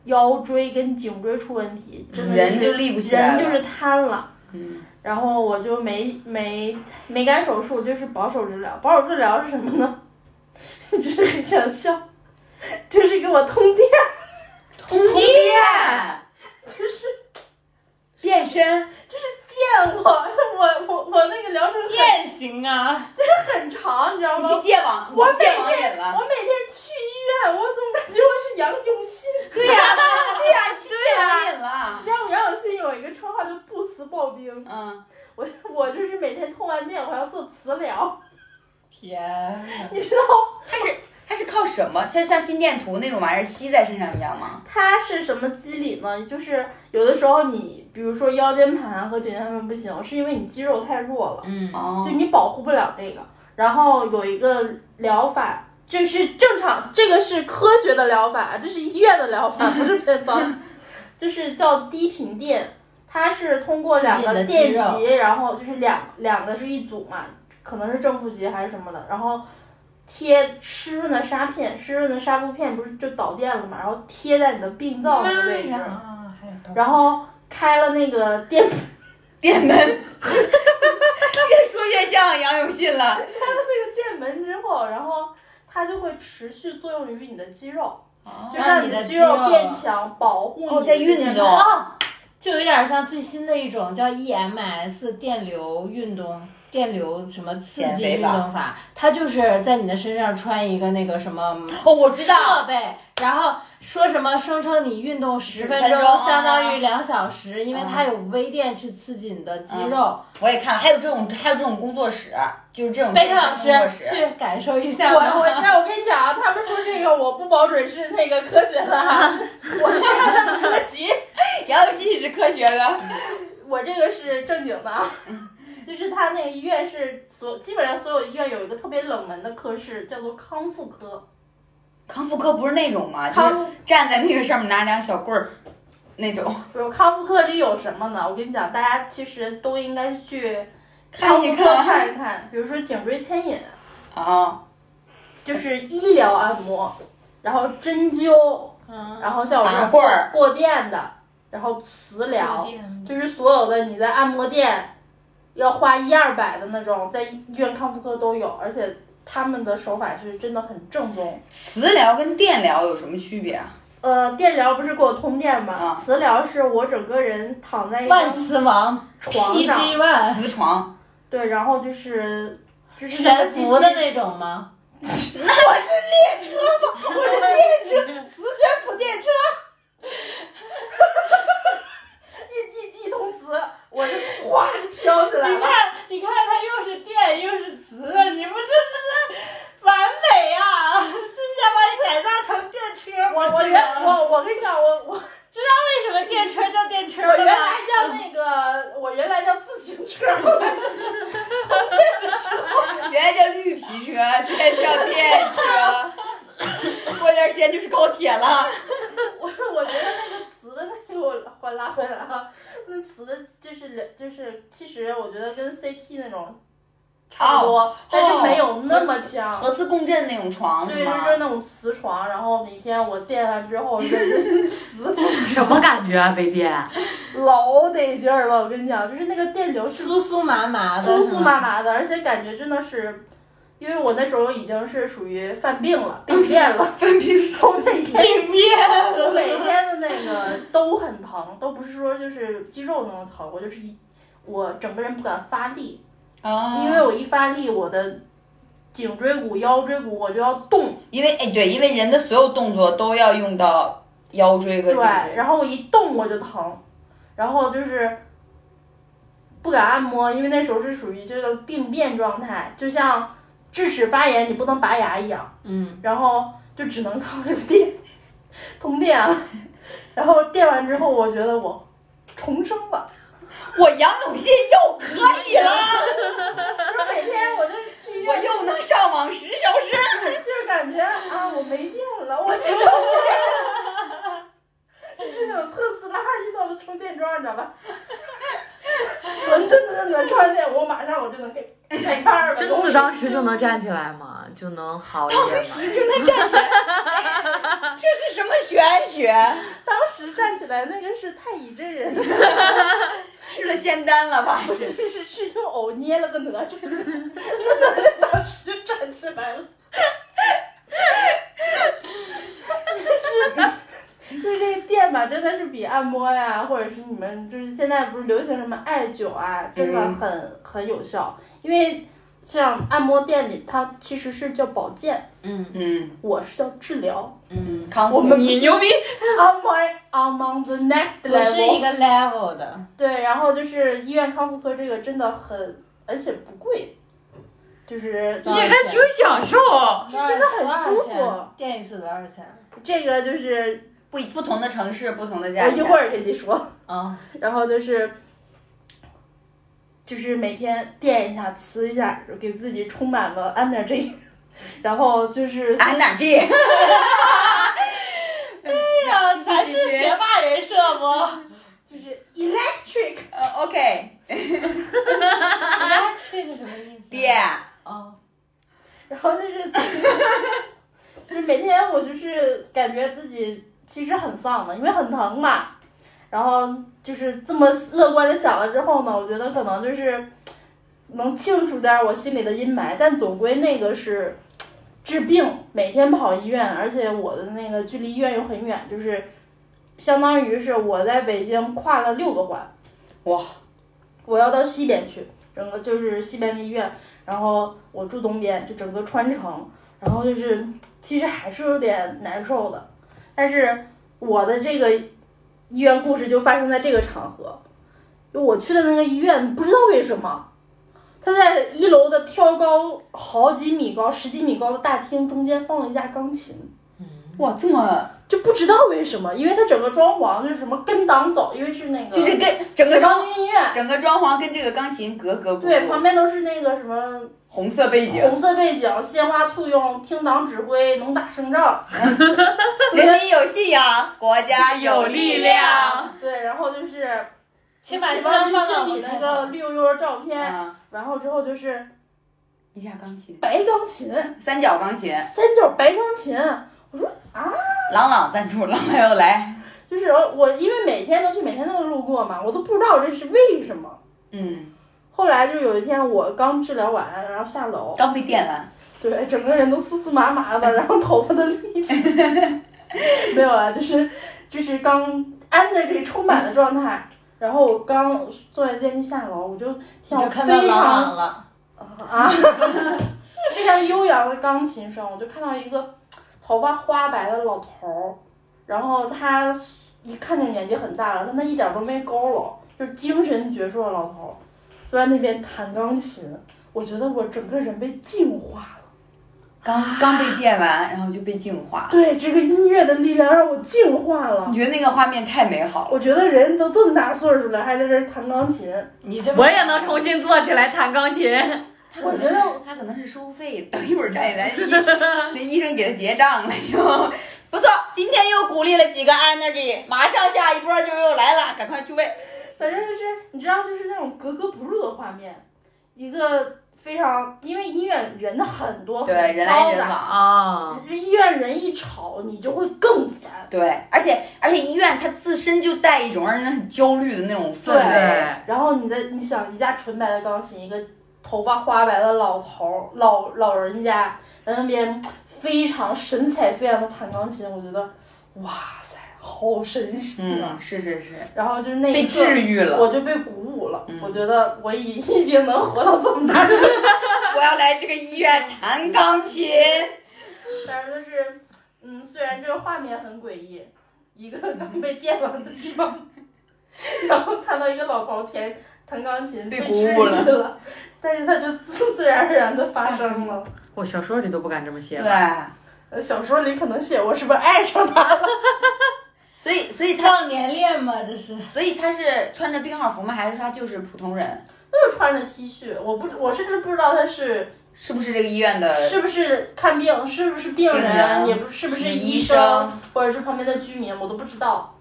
Speaker 5: 腰椎跟颈椎出问题，真的
Speaker 2: 人
Speaker 5: 是
Speaker 2: 就立不起来了
Speaker 5: 人就是瘫了。
Speaker 2: 嗯，
Speaker 5: 然后我就没没没敢手术，就是保守治疗。保守治疗是什么呢？ <laughs> 就是很想笑，就是给我通电，
Speaker 2: <laughs> 通电，
Speaker 5: 就是
Speaker 2: 变身，
Speaker 5: 电我， <laughs> 我我我那个疗程很
Speaker 1: 变形啊！
Speaker 5: 很长，你知道
Speaker 2: 你
Speaker 5: 吗？
Speaker 2: 去戒网，
Speaker 5: 我
Speaker 2: 你去戒
Speaker 5: 每
Speaker 2: 网瘾了
Speaker 5: 我，每天去医院，我总感觉我是杨永信。
Speaker 2: 对呀，对呀，去戒网瘾了
Speaker 5: <laughs> 你，知道吗杨永信有一个称号叫不辞刨冰，
Speaker 2: 嗯，
Speaker 5: 我我就是每天通完电，我还要做磁疗，
Speaker 1: 天哪，
Speaker 5: 你知道吗
Speaker 2: 他是他是靠什么？像像心电图那种玩意儿吸在身上一样吗？
Speaker 5: 它是什么机理呢？就是有的时候你，比如说腰间盘和颈间盘不行，是因为你肌肉太弱了，
Speaker 4: 嗯，
Speaker 2: 哦
Speaker 5: 就你保护不了这个。然后有一个疗法，这是正常，这个是科学的疗法，这是医院的疗法，不是
Speaker 4: <laughs>
Speaker 5: 偏方，就是叫低频电。它是通过两
Speaker 4: 刺激
Speaker 5: 个
Speaker 4: 你的肌
Speaker 5: 电
Speaker 4: 肉
Speaker 5: 极，然后就是两两个是一组嘛，可能是正负极还是什么的，然后贴湿润的纱片，湿润的纱布片不是就导电了嘛，然后贴在你的病灶那个位置，
Speaker 1: 啊，还有道理
Speaker 5: 然后开了那个电
Speaker 2: 电门， <laughs> 越说越像杨永信了。
Speaker 5: 电门之后，然后它就会持续作用于你的肌肉，就
Speaker 4: 让
Speaker 5: 让
Speaker 4: 你的
Speaker 5: 肌
Speaker 4: 肌肉
Speaker 5: 肉变强，保护你的
Speaker 2: 哦在运
Speaker 5: 健
Speaker 2: 动
Speaker 5: 康
Speaker 4: 啊，就有点像最新的一种叫 EMS 电流运动。电流什么刺
Speaker 2: 减
Speaker 4: 激
Speaker 2: 肥
Speaker 4: 运
Speaker 2: 法
Speaker 4: 动法，它就是在你的身上穿一个那个什么嗯
Speaker 2: 哦，我知
Speaker 4: 设
Speaker 2: 道，
Speaker 4: 备，然后说什么声称你运动十分
Speaker 2: 10分
Speaker 4: 钟
Speaker 2: 钟
Speaker 4: 相当于两小时，因为
Speaker 2: 嗯
Speaker 4: 它有微电去刺激你的肌肉。
Speaker 2: 我也看了，还有这种，还有这种工作室，就是这种
Speaker 4: 贝克老师
Speaker 2: 工作室。
Speaker 4: 去感受一下
Speaker 5: 我我
Speaker 4: 吧。
Speaker 5: 那我跟你讲啊，他们说这个我不保准是那个科学的哈，
Speaker 2: <laughs>
Speaker 5: 我这个是科学，
Speaker 2: 杨永信是科学的，
Speaker 5: 我这个是正
Speaker 2: <laughs>
Speaker 5: 经的啊。就是他那个医院是所基本上所有医院有一个特别冷门的科室，叫做康复科。
Speaker 2: 康复科不是那种吗？就是
Speaker 5: 康
Speaker 2: 站在那个上面拿两小棍儿，那种。
Speaker 5: 不是康复科里有什么呢？我跟你讲，大家其实都应该去
Speaker 2: 看
Speaker 5: 康
Speaker 2: 一
Speaker 5: 复
Speaker 2: 看
Speaker 5: 科看一看，比如说颈椎牵引，
Speaker 2: 啊，
Speaker 5: 就是医疗按摩，然后针灸，
Speaker 4: 嗯，
Speaker 5: 然后像我这
Speaker 2: 拔
Speaker 5: 种
Speaker 2: 罐儿
Speaker 5: 过电的，然后磁疗，
Speaker 4: 嗯
Speaker 5: 就是所有的你在按摩店要花一二百的那种，在医院康复科都有，而且他们的手法是真的很正宗。
Speaker 2: 磁疗跟电疗有什么区别啊？
Speaker 5: 呃，电疗不是给我通电
Speaker 2: 啊
Speaker 5: 吗？磁疗是我整个人躺在一
Speaker 4: 万
Speaker 5: 张
Speaker 4: 磁王
Speaker 5: 床上，
Speaker 4: PG One
Speaker 2: 磁
Speaker 5: <laughs>
Speaker 2: 床，
Speaker 5: 对，然后就是就是那个
Speaker 4: 悬
Speaker 5: 机器
Speaker 4: 浮的那种吗？
Speaker 5: 磁悬浮电车，一一一通磁，我是哗飘起来了。
Speaker 4: <laughs> 你看它又是电又是磁的，你不这是完美啊！就是要把你改造成电车。
Speaker 5: 我我原
Speaker 4: 啊
Speaker 5: 我我跟你讲，我我我
Speaker 4: 为什么电车叫电车
Speaker 5: 原来叫那个，我原来叫自行车，后来
Speaker 2: 原来叫绿皮车，现在叫电车。过段时间就是高铁了。
Speaker 5: 我 <laughs> 我觉得那个磁的那个我我拉回来啊，那磁的就是两就是，其实我觉得跟 CT 那种差不多，但是没有那么强。
Speaker 2: 核磁共振那种床
Speaker 5: 对，
Speaker 2: 是
Speaker 5: 就
Speaker 2: 吗？
Speaker 5: 是那种磁床，然后每天我电完之后， <laughs> 就是磁
Speaker 1: 什么感觉啊，被电？
Speaker 5: 老得劲儿了。我跟你讲，就是那个电流是
Speaker 4: 酥酥麻麻的，
Speaker 5: 酥酥麻麻的，而且感觉真的是，因为我那时候已经是属于犯病了，病变了， <laughs> 犯病，我每天
Speaker 4: 病变
Speaker 5: <laughs> 我每天的那个都很疼，都不是说就是肌肉那种疼，我就是一。我整个人不敢发力，
Speaker 2: 啊
Speaker 5: 因为我一发力，我的颈椎骨、腰椎骨我就要动，
Speaker 2: 因为哎对，因为人的所有动作都要用到腰椎和
Speaker 5: 对
Speaker 2: 颈椎，，
Speaker 5: 然后我一动我就疼，然后就是不敢按摩，因为那时候是属于这个病变状态，就像智齿发炎你不能拔牙一样，
Speaker 4: 嗯，
Speaker 5: 然后就只能靠这个电通电啊， <laughs> 然后电完之后，我觉得我重生了。
Speaker 2: 我杨永信又可以了，
Speaker 5: 就是每天我就去医
Speaker 2: 我
Speaker 5: 院，
Speaker 2: 又能上网十小时。
Speaker 5: 就是感觉啊，我没病了，
Speaker 1: <laughs>
Speaker 5: 我去充电。 <laughs> 就是那种特斯拉遇到了充电桩，你知道吧？ <laughs> 我真的能充上电，我马上我就能给给开二百
Speaker 1: 真
Speaker 5: 公
Speaker 1: 的
Speaker 5: 里。
Speaker 1: 当时就能站起来吗？就能好一点
Speaker 2: 时
Speaker 1: 吗？
Speaker 2: 就能站起来，这是什么玄学？
Speaker 5: 当时站起来那个是太乙真人，
Speaker 2: 吃了仙丹了吧？
Speaker 5: 是是是用藕捏了个哪吒，那哪吒当时就站起来了。就是就是这个电吧，真的是比按摩呀，或者是你们就是现在不是流行什么艾灸啊，真的很、很有效。因为像按摩店里，它其实是叫保健，
Speaker 2: 嗯
Speaker 5: 我是叫治疗。
Speaker 2: 嗯，康
Speaker 5: 我
Speaker 2: 复，
Speaker 5: 们不
Speaker 2: 你
Speaker 5: 是
Speaker 2: 牛逼！
Speaker 5: I'm on I'm on the next
Speaker 4: 我
Speaker 5: level。
Speaker 4: 是一个 level 的，
Speaker 5: 对，然后就是医院康复科这个真的很，而且不贵，就是
Speaker 1: 你还挺享受，
Speaker 4: 真
Speaker 5: 的很舒服
Speaker 4: 电一次多少钱？
Speaker 5: 这个就是
Speaker 2: 不不同的城市，不同的价
Speaker 5: 我
Speaker 2: 钱。
Speaker 5: 一会儿跟你说，
Speaker 4: 啊，
Speaker 5: 然后就是就是每天垫一下、呲一下，给自己充满了 energy，然后就是
Speaker 2: 俺啊哪这？ <laughs> 对呀
Speaker 4: 全是学霸人设不？
Speaker 5: 就是 electric，
Speaker 2: OK，
Speaker 4: 这个什么意思？啊
Speaker 2: 爹，
Speaker 4: 哦，
Speaker 5: 然后就是 <laughs> 自己就是每天我就是感觉自己其实很丧的，因为很疼嘛。然后就是这么乐观的想了之后呢，我觉得可能就是能清除点我心里的阴霾，但总归那个是治病，每天跑医院，而且我的那个距离医院又很远，就是相当于是我在北京跨了六个环，
Speaker 2: 哇！
Speaker 5: 我要到西边去，整个就是西边的医院，然后我住东边，就整个穿城，然后就是其实还是有点难受的，但是我的这个医院故事就发生在这个场合。就我去的那个医院，不知道为什么，他在一楼的挑高好几米高、十几米高的大厅中间放了一架钢琴，
Speaker 2: 哇，这么
Speaker 5: 就不知道为什么，因为它整个装潢就是什么跟党走，因为是那个
Speaker 2: 就是跟整个
Speaker 5: 解
Speaker 2: 呃装
Speaker 5: 放军医院，
Speaker 2: 整个装潢跟这个钢琴格格不
Speaker 5: 对，旁
Speaker 2: 入，
Speaker 5: 边都是那个什么
Speaker 2: 红色背景，
Speaker 5: 红色背景、鲜花簇拥、听党指挥、能打胜仗，
Speaker 2: 人民有信仰，国家有力量。
Speaker 5: 对，然后就是
Speaker 4: 请把
Speaker 5: 解
Speaker 4: 这
Speaker 5: 放
Speaker 4: 张
Speaker 5: 军
Speaker 4: 放到
Speaker 5: 敬
Speaker 4: 我
Speaker 5: 礼
Speaker 4: 们
Speaker 5: 那个绿油油的照片，
Speaker 2: 啊，
Speaker 5: 然后之后就是
Speaker 2: 一架钢琴，
Speaker 5: 白钢琴，
Speaker 2: 三角钢琴，
Speaker 5: 三角白钢琴，
Speaker 2: 朗朗赞助，朗朗又来。
Speaker 5: 就是我因为每天都去，每天都路过嘛，我都不知道这是为什么。
Speaker 2: 嗯，
Speaker 5: 后来就有一天我刚治疗完，然后下楼，
Speaker 2: 刚被电完，
Speaker 5: 对，整个人都酥酥麻
Speaker 4: <laughs>
Speaker 5: 麻的，然后头发都立起来没有啊，就是就是刚 energy 充满的状态。然后我刚坐在电梯下楼，我就听
Speaker 4: 你
Speaker 5: 到
Speaker 4: 就看到
Speaker 5: 非
Speaker 4: 朗朗
Speaker 5: 常
Speaker 4: 了，
Speaker 5: 啊， <laughs> 非常悠扬的钢琴声，我就看到一个头发花白的老头儿，然后他一看就年纪很大了，但他一点儿都没佝偻，就是精神矍铄的老头儿，坐在那边弹钢琴，我觉得我整个人被净化了。
Speaker 2: 刚刚被电完，然后就被净化了。
Speaker 5: 对，这个音乐的力量让我净化了
Speaker 2: 你。觉得那个画面太美好了。
Speaker 5: 我觉得人都这么大岁数了，还在这儿弹钢琴，
Speaker 4: 你这
Speaker 1: 我也能重新坐起来弹钢琴。
Speaker 5: 我觉得
Speaker 2: 他可能是收费，等一会儿站起 <laughs> 来，医那医生给他结账了就。不错，今天又鼓励了几个 energy，马上下一波就又来了，赶快就位。
Speaker 5: 反正就是你知道，就是那种格格不入的画面，一个非常因为医院人很多，
Speaker 2: 对，
Speaker 5: 很
Speaker 2: 人
Speaker 5: 嘈
Speaker 2: 来人往。
Speaker 5: 杂
Speaker 1: 啊，
Speaker 5: 医院人一吵，你就会更烦。
Speaker 2: 对，而且而且医院它自身就带一种让人很焦虑的那种氛围。
Speaker 1: 对，
Speaker 5: 然后你的你想一架纯白的钢琴，一个头发花白的老头儿老老人家在那边非常神采飞扬的弹钢琴，我觉得哇塞，好绅士啊！
Speaker 2: 嗯，是是是，
Speaker 5: 然后就是那一
Speaker 2: 被
Speaker 5: 刻
Speaker 2: 治愈了。
Speaker 5: 我就被鼓舞了。了。
Speaker 2: 嗯
Speaker 5: 我觉得我一一定能活到这么 <laughs> 大岁数。
Speaker 2: 我要来这个医院弹钢琴。
Speaker 5: 但是就是，嗯，虽然这个画面很诡异，一个刚被电完的地方，然后看到一个老头弹弹钢琴
Speaker 2: 被
Speaker 5: 被
Speaker 2: 鼓
Speaker 5: 治
Speaker 2: 舞
Speaker 5: 愈
Speaker 2: 了
Speaker 5: 了，但是他就自自然而然的发
Speaker 2: 发
Speaker 5: 生
Speaker 2: 生
Speaker 5: 了。
Speaker 1: 我小说里都不敢这么写
Speaker 2: 对，
Speaker 1: 吧？
Speaker 5: 呃，小说里可能写我是不是爱上他了？
Speaker 2: 所以所以他
Speaker 4: 忘年恋嘛，这是。
Speaker 2: 所以他是穿着病号服吗？还是他就是普通人？
Speaker 5: 就穿着 T 恤，我不知我甚至不知道他是
Speaker 2: 是不是这个医院的？
Speaker 5: 是不是看病，是不是病
Speaker 2: 病人
Speaker 5: 人，也不是不
Speaker 2: 是医
Speaker 5: 医
Speaker 2: 生
Speaker 5: 或者是旁边的居民，我都不知道。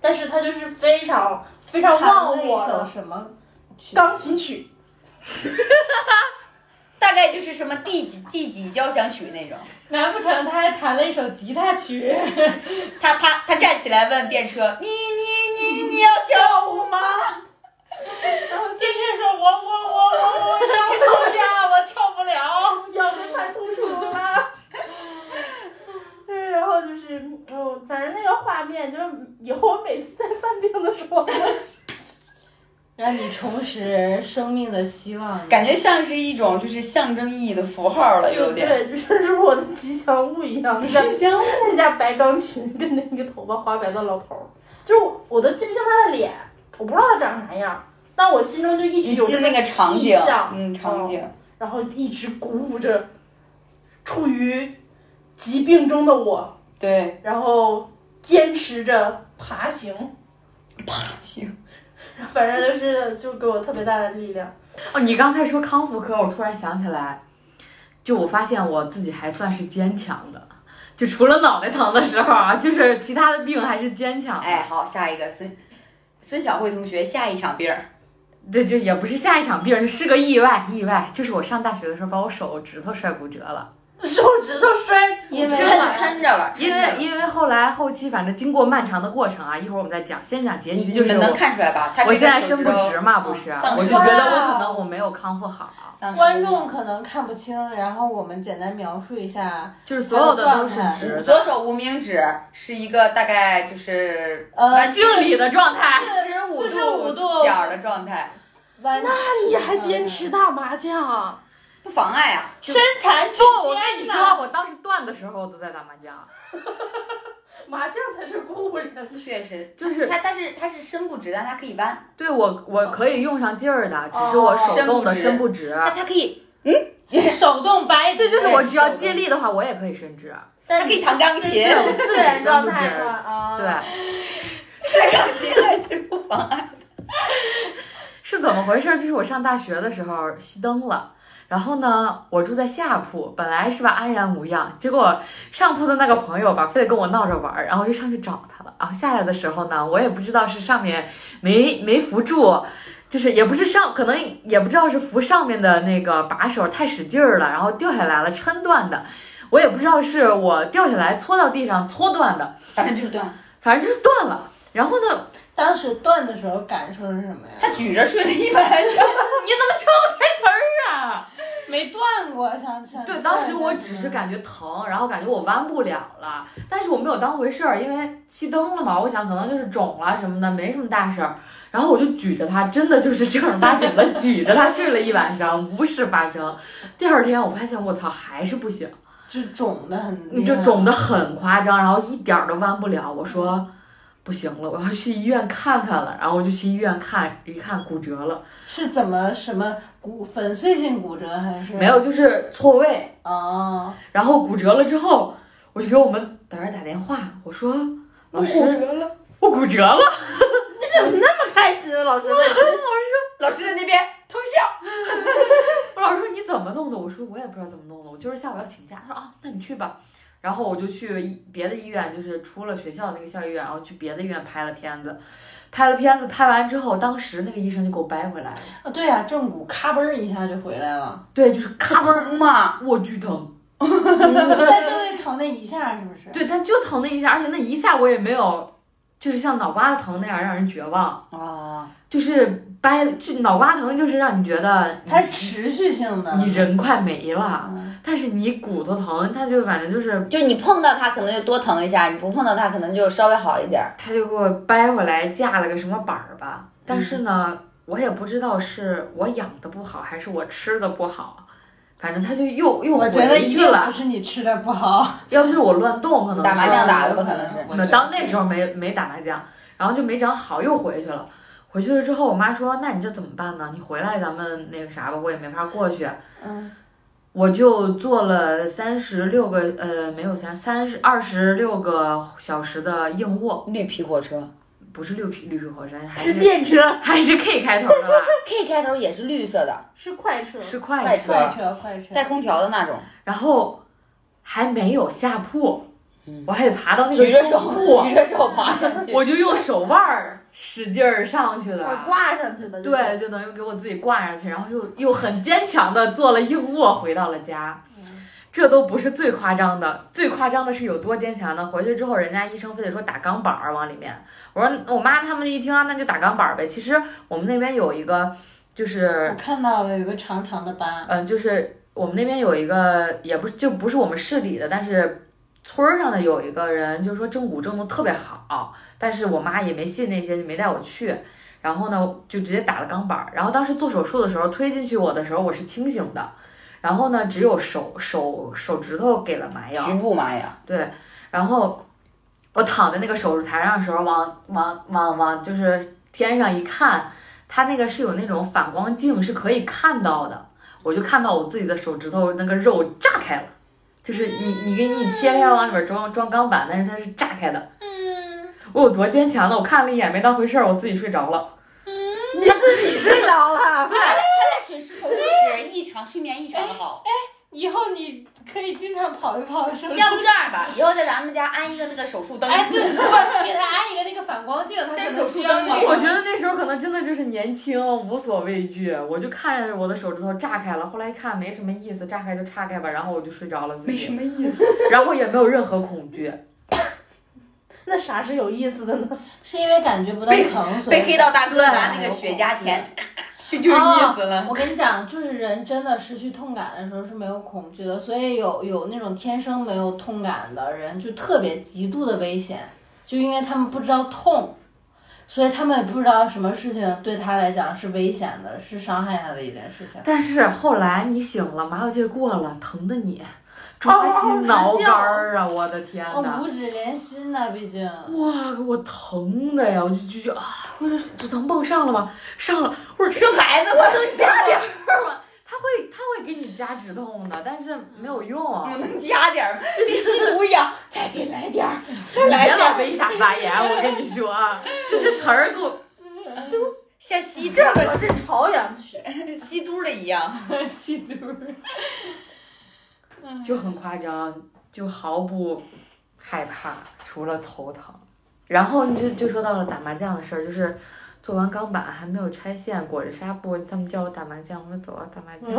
Speaker 5: 但是他就是非常非常
Speaker 4: 唱了
Speaker 5: 忘
Speaker 4: 一
Speaker 5: 我
Speaker 4: 首
Speaker 5: 的
Speaker 4: 什么曲？
Speaker 5: 钢琴曲，
Speaker 2: 大概就是什么第几第几交响曲那种。
Speaker 4: 难不成他还弹了一首吉他曲？ <laughs> 哎
Speaker 2: 他他他站起来问电车：“你你你你要跳舞吗
Speaker 4: 这是说我我我我我要跳呀，我跳不了。
Speaker 5: 腰椎盘突出了。 <laughs> 对，然后就是，嗯，反正那个画面，就是以后我每次在犯病的时候，我
Speaker 4: 让你重拾生命的希望。？”
Speaker 2: 感觉像是一种就是象征意义的符号了， <laughs> 有点。
Speaker 5: 对，就是 <laughs> 我的吉祥物一样，像
Speaker 2: 祥物。
Speaker 5: 那架白钢琴跟那个头发花白的老头儿，就是我我都记不清他的脸，我不知道他长啥样，但我心中就一直
Speaker 2: 你
Speaker 5: 有
Speaker 2: 记
Speaker 5: 这
Speaker 2: 得那个场景
Speaker 5: 意，象
Speaker 2: 嗯，场景。
Speaker 5: 然后一直鼓舞着处于疾病中的我，
Speaker 2: 对，
Speaker 5: 然后坚持着爬行，
Speaker 2: 行。
Speaker 5: 反正就是就给我特别大的力量。
Speaker 1: <laughs> 哦，你刚才说康复科，我突然想起来，就我发现我自己还算是坚强的，就除了脑袋疼的时候啊，就是其他的病还是坚强的。
Speaker 2: 哎，好，下一个孙孙晓慧同学下一场病儿。
Speaker 1: 对，就也不是下一场病，是个意外，意外就是我上大学的时候把我手指头摔骨折了，
Speaker 5: 手指头摔，
Speaker 4: 因为
Speaker 2: 抻抻着了，
Speaker 1: 因为因为后来后期反正经过漫长的过程啊，一会儿我们再讲，先讲结
Speaker 2: 你
Speaker 1: 局
Speaker 2: 你
Speaker 1: 就是
Speaker 2: 们能
Speaker 1: 我。
Speaker 2: 看出来吧？他
Speaker 1: 我
Speaker 2: 这
Speaker 1: 现
Speaker 2: 个
Speaker 1: 在
Speaker 2: 手
Speaker 1: 伸
Speaker 2: 指
Speaker 1: 不
Speaker 2: 头嗯
Speaker 1: 直嘛，不是，啊
Speaker 2: 丧
Speaker 1: 我就
Speaker 2: 失
Speaker 1: 觉
Speaker 2: 了
Speaker 1: 得我可能我没有康复好，啊
Speaker 2: 丧失
Speaker 4: 观
Speaker 2: 了
Speaker 4: 众可能看不清，然后我们简单描述一下，
Speaker 1: 就是所有的都是
Speaker 4: 还有状态
Speaker 1: 直的，
Speaker 2: 左手无名指是一个大概就是
Speaker 4: 呃，
Speaker 1: 敬礼的状态。
Speaker 2: 十五
Speaker 4: 45度
Speaker 2: 角儿的状态，
Speaker 4: 弯
Speaker 5: 那你还坚持打麻将？
Speaker 2: 不妨碍啊。
Speaker 4: 身残志
Speaker 1: 不，我
Speaker 4: 坚
Speaker 1: 跟你
Speaker 4: 呐 <laughs>
Speaker 1: 说，我当时断的时候我都在打麻将，
Speaker 5: 麻将才是鼓舞人的。
Speaker 2: 确实，
Speaker 1: <laughs> 就是
Speaker 2: 它它是它是伸不直，但它可以弯，
Speaker 1: 对我我可以用上劲儿的，只是我手动的伸不直。
Speaker 2: 那它可以
Speaker 4: 手动掰，
Speaker 1: 对，就是
Speaker 2: 对
Speaker 1: 我只要
Speaker 2: 手动
Speaker 1: 借力的话，我也可以伸直。
Speaker 5: 但
Speaker 2: 它可以弹钢琴，
Speaker 5: 自然状态的啊，
Speaker 1: 对，，
Speaker 2: 弹钢琴还是不妨碍。
Speaker 1: 是怎么回事？就是我上大学的时候熄灯了。然后呢，我住在下铺，本来是吧安然无恙，结果上铺的那个朋友吧，非得跟我闹着玩儿，然后我就上去找他了。然后下来的时候呢，我也不知道是上面没没扶住，就是也不是上，可能也不知道是扶上面的那个把手太使劲儿了，然后掉下来了，抻断的。我也不知道是我掉下来搓到地上搓断的，
Speaker 2: 反正就是断了。
Speaker 1: 反正就是断了。然后呢，
Speaker 4: 当时断的时候感受是什么呀？
Speaker 2: 他举着睡了一晚上，
Speaker 1: 你怎么敲我台词儿啊？
Speaker 4: 没断过，想想
Speaker 1: 嗯对，嗯当时我只是感觉疼，然后感觉我弯不了了，但是我没有当回事儿，因为熄灯了嘛，我想可能就是肿了什么的，没什么大事儿。然后我就举着它，真的就是正儿八经的举着它睡了一晚上，无事发生。第二天我发现我操还是不行，
Speaker 4: 就肿的很，
Speaker 1: 你就肿得很夸张，然后一点儿都弯不了。我说不行了，我要去医院看看了。然后我就去医院看，一看骨折了，
Speaker 4: 是怎么什么骨粉碎性骨折还是
Speaker 1: 没有，就是错位。
Speaker 4: 哦，
Speaker 1: 然后骨折了之后，我就给我们导员打电话，我说老师，
Speaker 2: 了。
Speaker 1: 我骨折了，
Speaker 5: 这么开心，老师，
Speaker 2: 老师在那边偷笑，
Speaker 1: 我老师说你怎么弄的？我说我也不知道怎么弄的，我就是下午要请假。他说啊，那你去吧。然后我就去医别的医院，就是出了学校那个校医院，然后去别的医院拍了片子，拍了片子，拍完之后，当时那个医生就给我掰回来了，
Speaker 4: 啊对呀、正骨咔嘣儿一下就回来
Speaker 1: <laughs>
Speaker 4: 了，
Speaker 1: 对，就是咔嘣儿，
Speaker 2: 疼嘛，
Speaker 1: 我巨疼，
Speaker 4: 但就会疼那一下是不是？
Speaker 1: 对，他就疼那一下，而且那一下我也没有，就是像脑瓜子疼那样让人绝望，
Speaker 2: 啊，
Speaker 1: 就是掰，就脑瓜疼就是让你觉得你
Speaker 4: 它是持续性的，
Speaker 1: 你人快没了，但是你骨头疼，他就反正就是，
Speaker 2: 就你碰到它可能就多疼一下，你不碰到它可能就稍微好一点儿。
Speaker 4: 嗯
Speaker 1: 他就给我掰回来架了个什么板儿吧。但是呢，我也不知道是我养的不好还是我吃的不好，反正它就又又
Speaker 4: 我
Speaker 1: 回
Speaker 4: 觉得一
Speaker 1: 去
Speaker 4: 定
Speaker 1: 了
Speaker 4: 不。是你吃的不好，嗯
Speaker 1: 要不是我乱动，可能
Speaker 2: 打麻
Speaker 1: 是
Speaker 2: 将打的可能是
Speaker 1: 没有到那时候没没打麻将，然后就没长好，又回去了。回去了之后，我妈说：“那你这怎么办呢？你回来咱们那个啥吧，我也没法过去。”
Speaker 3: 嗯，
Speaker 1: 我就做了三十六个呃，没有三三十二十六个小时的硬卧，
Speaker 2: 绿皮火车
Speaker 1: 不是绿皮绿皮火车，
Speaker 5: <laughs>
Speaker 1: 还
Speaker 5: 是电车，
Speaker 1: 还是 K 开头
Speaker 2: <laughs>
Speaker 1: 的吧？
Speaker 2: ，K 开头也是绿色的，
Speaker 5: 是快车，
Speaker 1: 是快
Speaker 2: 快车
Speaker 1: 车，
Speaker 4: 快车快车， <laughs>
Speaker 2: 带空调的那种，
Speaker 1: 然后还没有下铺
Speaker 2: 嗯，
Speaker 1: 我还得爬到那
Speaker 2: 举
Speaker 1: 个
Speaker 2: 着
Speaker 1: 中
Speaker 2: 手
Speaker 1: 铺，
Speaker 2: 举着手爬上去。
Speaker 1: 我就用手腕儿使劲儿上去的。
Speaker 5: 我挂上去的，就是，
Speaker 1: 对，就等于给我自己挂上去，然后又又很坚强的做了硬卧，回到了家。
Speaker 5: 嗯
Speaker 1: 这都不是最夸张的，最夸张的是有多坚强呢？回去之后，人家医生非得说打钢板儿往里面。我说我妈他们一听啊，那就打钢板儿呗。其实我们那边有一个，就是
Speaker 4: 我看到了有个长长的疤，
Speaker 1: 嗯，就是我们那边有一个，也不是就不是我们市里的，但是村儿上的有一个人，就是说正骨正的特别好，但是我妈也没信那些，就没带我去。然后呢，就直接打了钢板儿。然后当时做手术的时候，推进去我的时候，我是清醒的。然后呢，只有手手手指头给了麻药，
Speaker 2: 局部麻呀，
Speaker 1: 对，然后我躺在那个手术台上的时候，往往往往就是天上一看，它那个是有那种反光镜是可以看到的，我就看到我自己的手指头那个肉炸开了，就是你你给你切开往里边装装钢板，但是它是炸开的。
Speaker 4: 嗯
Speaker 1: 我有多坚强呢？我看了一眼没当回事儿，我自己睡着了。
Speaker 5: 你自己睡着了，
Speaker 2: 在水手术室异常睡眠异常的好。
Speaker 4: 以后你可以经常跑一跑手
Speaker 2: 要不这样吧，以后在咱们家安一个那个手术灯，
Speaker 4: 哎，对，我给他安一个那个反光镜，他
Speaker 2: 这
Speaker 4: 可
Speaker 2: 手
Speaker 4: 能
Speaker 2: 术
Speaker 4: 需要
Speaker 2: 灯
Speaker 4: 那
Speaker 2: 吗
Speaker 4: 个
Speaker 1: 我觉得那时候可能真的就是年轻，无所畏惧，我就看着我的手指头炸开了。后来一看没什么意思，炸开就炸开吧，然后我就睡着了。自己
Speaker 2: 没什么意思。
Speaker 1: 然后也没有任何恐惧，
Speaker 5: <laughs> 那啥是有意思的呢？
Speaker 4: 是因为感觉不到疼，所以
Speaker 2: 被黑道大哥拿那个雪茄钳，这就是意思了。
Speaker 4: 我跟你讲，就是人真的失去痛感的时候是没有恐惧的，所以有有那种天生没有痛感的人，就特别极度的危险，就因为他们不知道痛，所以他们也不知道什么事情对他来讲是危险的，是伤害他的一件事情。
Speaker 1: 但是后来你醒了，麻药劲儿过了，疼的你抓心挠肝儿啊！我的天
Speaker 4: 哦，
Speaker 1: 哪！
Speaker 4: 五指连心呐、毕竟
Speaker 1: 哇，给我疼的呀！我就就就啊，我说止疼泵上了吗？上了，我说
Speaker 2: 生孩子，我能加点儿，
Speaker 1: 他会他会给你加止痛的，但是没有用啊
Speaker 2: 我！能加点儿吗？就跟吸毒一样，再给来点儿，再
Speaker 1: 你别
Speaker 2: 来点
Speaker 1: 老
Speaker 2: 儿，
Speaker 1: 为瞎发言，我跟你说啊，这些词儿给我
Speaker 2: 像吸这
Speaker 5: 这
Speaker 2: 个
Speaker 5: 可是朝阳区，
Speaker 2: 吸毒的一样。
Speaker 4: <laughs> 吸毒。 <laughs> 哎
Speaker 1: 就很夸张，就毫不害怕，除了头疼。然后你就就说到了打麻将的事儿，就是做完钢板还没有拆线，裹着纱布，他们叫我打麻将，我说走啊，打麻
Speaker 2: <laughs>
Speaker 1: 将。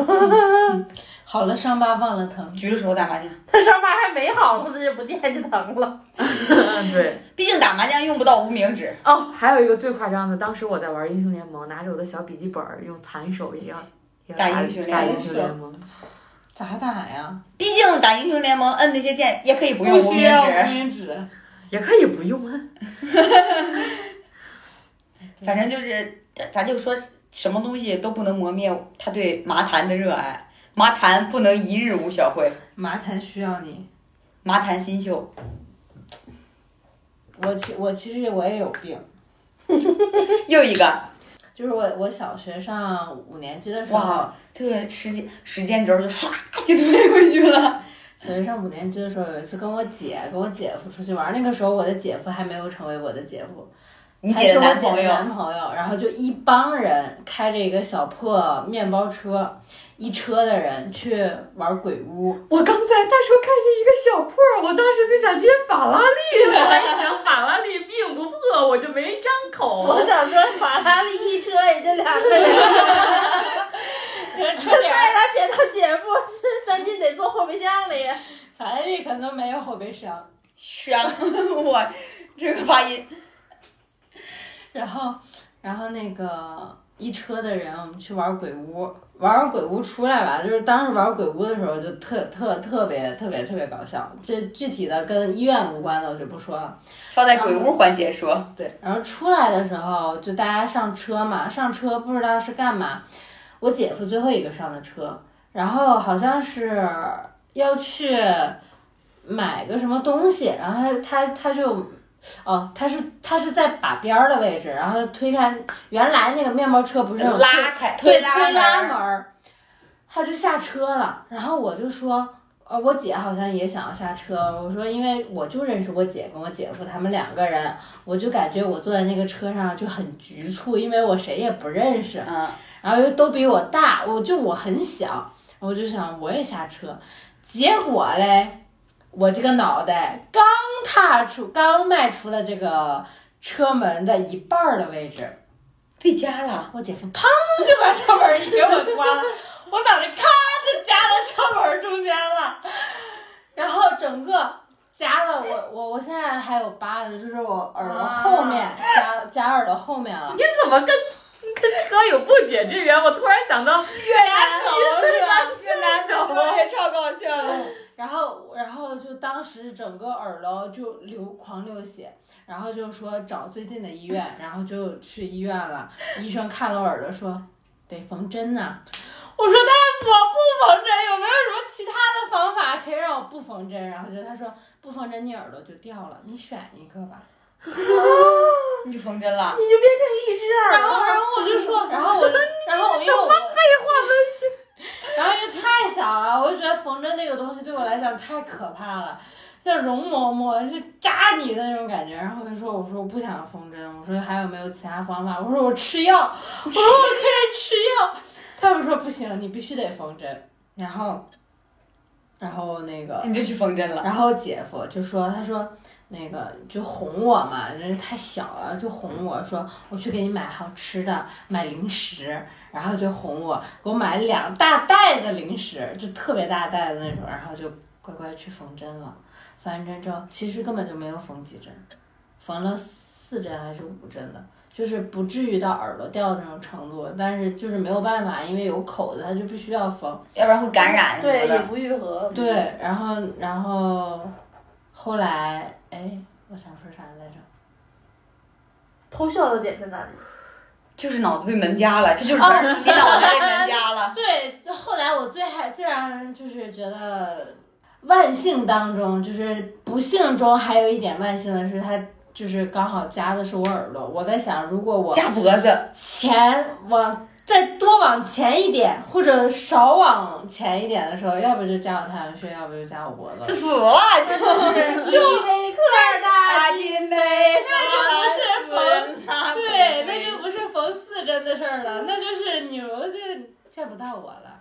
Speaker 1: <laughs>
Speaker 4: 好了，伤疤忘了疼。
Speaker 2: 举着手打麻将，
Speaker 5: 他上班还没好呢，他就不惦记疼了。
Speaker 1: 对，
Speaker 2: 毕竟打麻将用不到无名指。
Speaker 1: 哦，还有一个最夸张的，当时我在玩英雄联盟，拿着我的小笔记本儿，用残手也要也要
Speaker 2: 打
Speaker 1: 打
Speaker 2: 英雄联
Speaker 1: 打
Speaker 2: 盟
Speaker 1: 英雄联盟。
Speaker 4: 咋打呀？
Speaker 2: 毕竟打英雄联盟摁那些键也可以不用无
Speaker 4: 需
Speaker 2: 名
Speaker 4: 要无
Speaker 2: 指，
Speaker 4: 名指。
Speaker 1: 也可以不用啊，
Speaker 2: 反正就是咱咱就说什么东西都不能磨灭他对麻坛的热爱，麻坛不能一日无小慧，
Speaker 4: 麻烦需要你。
Speaker 2: 麻坛新秀。
Speaker 4: 我其我其实我也有病，
Speaker 2: 又一个
Speaker 4: 就是我我小学上五年级的时候，
Speaker 2: 哇，这个时间时间轴就唰就推回去了。
Speaker 4: 小学上五年级的时候，有一次跟我姐跟我姐夫出去玩，那个时候我的姐夫还没有成为我的姐夫，
Speaker 2: 你
Speaker 4: 还是
Speaker 2: 姐的
Speaker 4: 我
Speaker 2: 男
Speaker 4: 姐
Speaker 2: 朋
Speaker 4: 的
Speaker 2: 友
Speaker 4: 男朋友，然后就一帮人开着一个小破面包车，一车的人去玩鬼屋，
Speaker 1: 我刚才他说开着一个小破儿，我当时就想接法拉利了。我一 <laughs> 想法拉利并不破，我就没张口。
Speaker 5: 我想说，法拉利一车也就两个人， <laughs>
Speaker 4: 车
Speaker 5: 再
Speaker 4: <laughs>
Speaker 5: 啥姐他姐夫是三金得坐后备箱里。
Speaker 4: 法拉利可能没有后备箱。
Speaker 2: 伤啊我这个发音
Speaker 4: 然后，然后那个一车的人，我们去玩鬼屋，玩鬼屋出来吧，就是当时玩鬼屋的时候就特特特别特别特别搞笑。这具体的跟医院无关的我就不说了。
Speaker 2: 放在鬼屋环节说，
Speaker 4: 对，然后出来的时候就大家上车嘛，上车不知道是干嘛。我姐夫最后一个上的车，然后好像是要去买个什么东西，然后他他他就。哦，他是他是在把边儿的位置，然后他推开原来那个面包车不是有
Speaker 2: 拉开
Speaker 4: 推
Speaker 2: 拉
Speaker 4: 拉
Speaker 2: 门
Speaker 4: 门
Speaker 2: 儿，
Speaker 4: 儿，他就下车了。然后我就说，呃，我姐好像也想要下车。我说，因为我就认识我姐跟我姐夫他们两个人，我就感觉我坐在那个车上就很局促，因为我谁也不认识，
Speaker 2: 嗯，
Speaker 4: 然后又都比我大，我就我很小，我就想我也下车。结果嘞，我这个脑袋刚踏出，刚迈出了这个车门的一半儿的位置，
Speaker 2: 被夹了，
Speaker 4: 我姐夫砰就把车门一给我关了，我脑袋咔就夹到车门中间了，然后整个夹了我我我现在还有疤呢，就是我耳朵后面夹夹耳朵后面了，
Speaker 1: 你怎么跟跟车有不解之缘？我 <laughs> 突然想
Speaker 4: 夹
Speaker 1: 到
Speaker 4: <laughs> 手是吧？
Speaker 1: 越南手，我也超高兴了。
Speaker 4: 然后，然后就当时整个耳朵就流狂流血，然后就说找最近的医院，然后就去医院了。医生看了我耳朵说得缝针呐、我说那我不缝针，有没有什么其他的方法可以让我不缝针？然后就他说不缝针你耳朵就掉了，你选一个吧。
Speaker 2: 你就缝针了，
Speaker 5: 你就变成一只耳
Speaker 4: 然
Speaker 5: 朵
Speaker 4: 后，
Speaker 5: 了。
Speaker 4: 然后我就说，然
Speaker 5: <laughs>
Speaker 4: 后我就，然后我又我然后又太小了，我就觉得缝针那个东西对我来讲太可怕了，像容嬷嬷就扎你的那种感觉。然后我就说，我说我不想缝针，我说还有没有其他方法？我说我吃药，我说我可以吃药。 <laughs> 他们说不行，你必须得缝针。然后，然后那个
Speaker 2: 你就去缝针了，
Speaker 4: 然后姐夫就说，他说那个就哄我嘛，人太小了，就哄我说我去给你买好吃的，买零食，然后就哄我，给我买了两大袋子零食，就特别大袋的那种，然后就乖乖去缝针了。缝完针之后，其实根本就没有缝几针，缝了四针还是五针的。就是不至于到耳朵掉的那种程度，但是就是没有办法，因为有口子，它就必须要缝。
Speaker 2: <laughs> 要不然会感染什么
Speaker 5: 对，也
Speaker 2: 的。
Speaker 5: 不愈合。
Speaker 4: 哦对，然后然后后来，哎，我想说啥来着？
Speaker 5: 偷笑的点在哪里？
Speaker 2: 就是脑子被门夹了，这就是传 <laughs> 说中你脑袋被门夹 <laughs> 了。
Speaker 4: 啊对，就后来我最还最让人就是觉得万幸当中，就是不幸中还有一点万幸的是，他就是刚好夹的是我耳朵。我在想，如果我
Speaker 2: 夹脖子，
Speaker 4: 前往再多往前一点，或者少往前一点的时候，要不就夹我太阳穴，要不就夹我脖
Speaker 2: 就
Speaker 4: 子。
Speaker 2: 死了， <laughs> 就是
Speaker 5: <laughs> 就那个
Speaker 2: 大金杯，那
Speaker 4: 就不是
Speaker 2: 是了。
Speaker 4: <laughs> 对，那就不是缝四针的事儿了，那就是牛就见不到我了，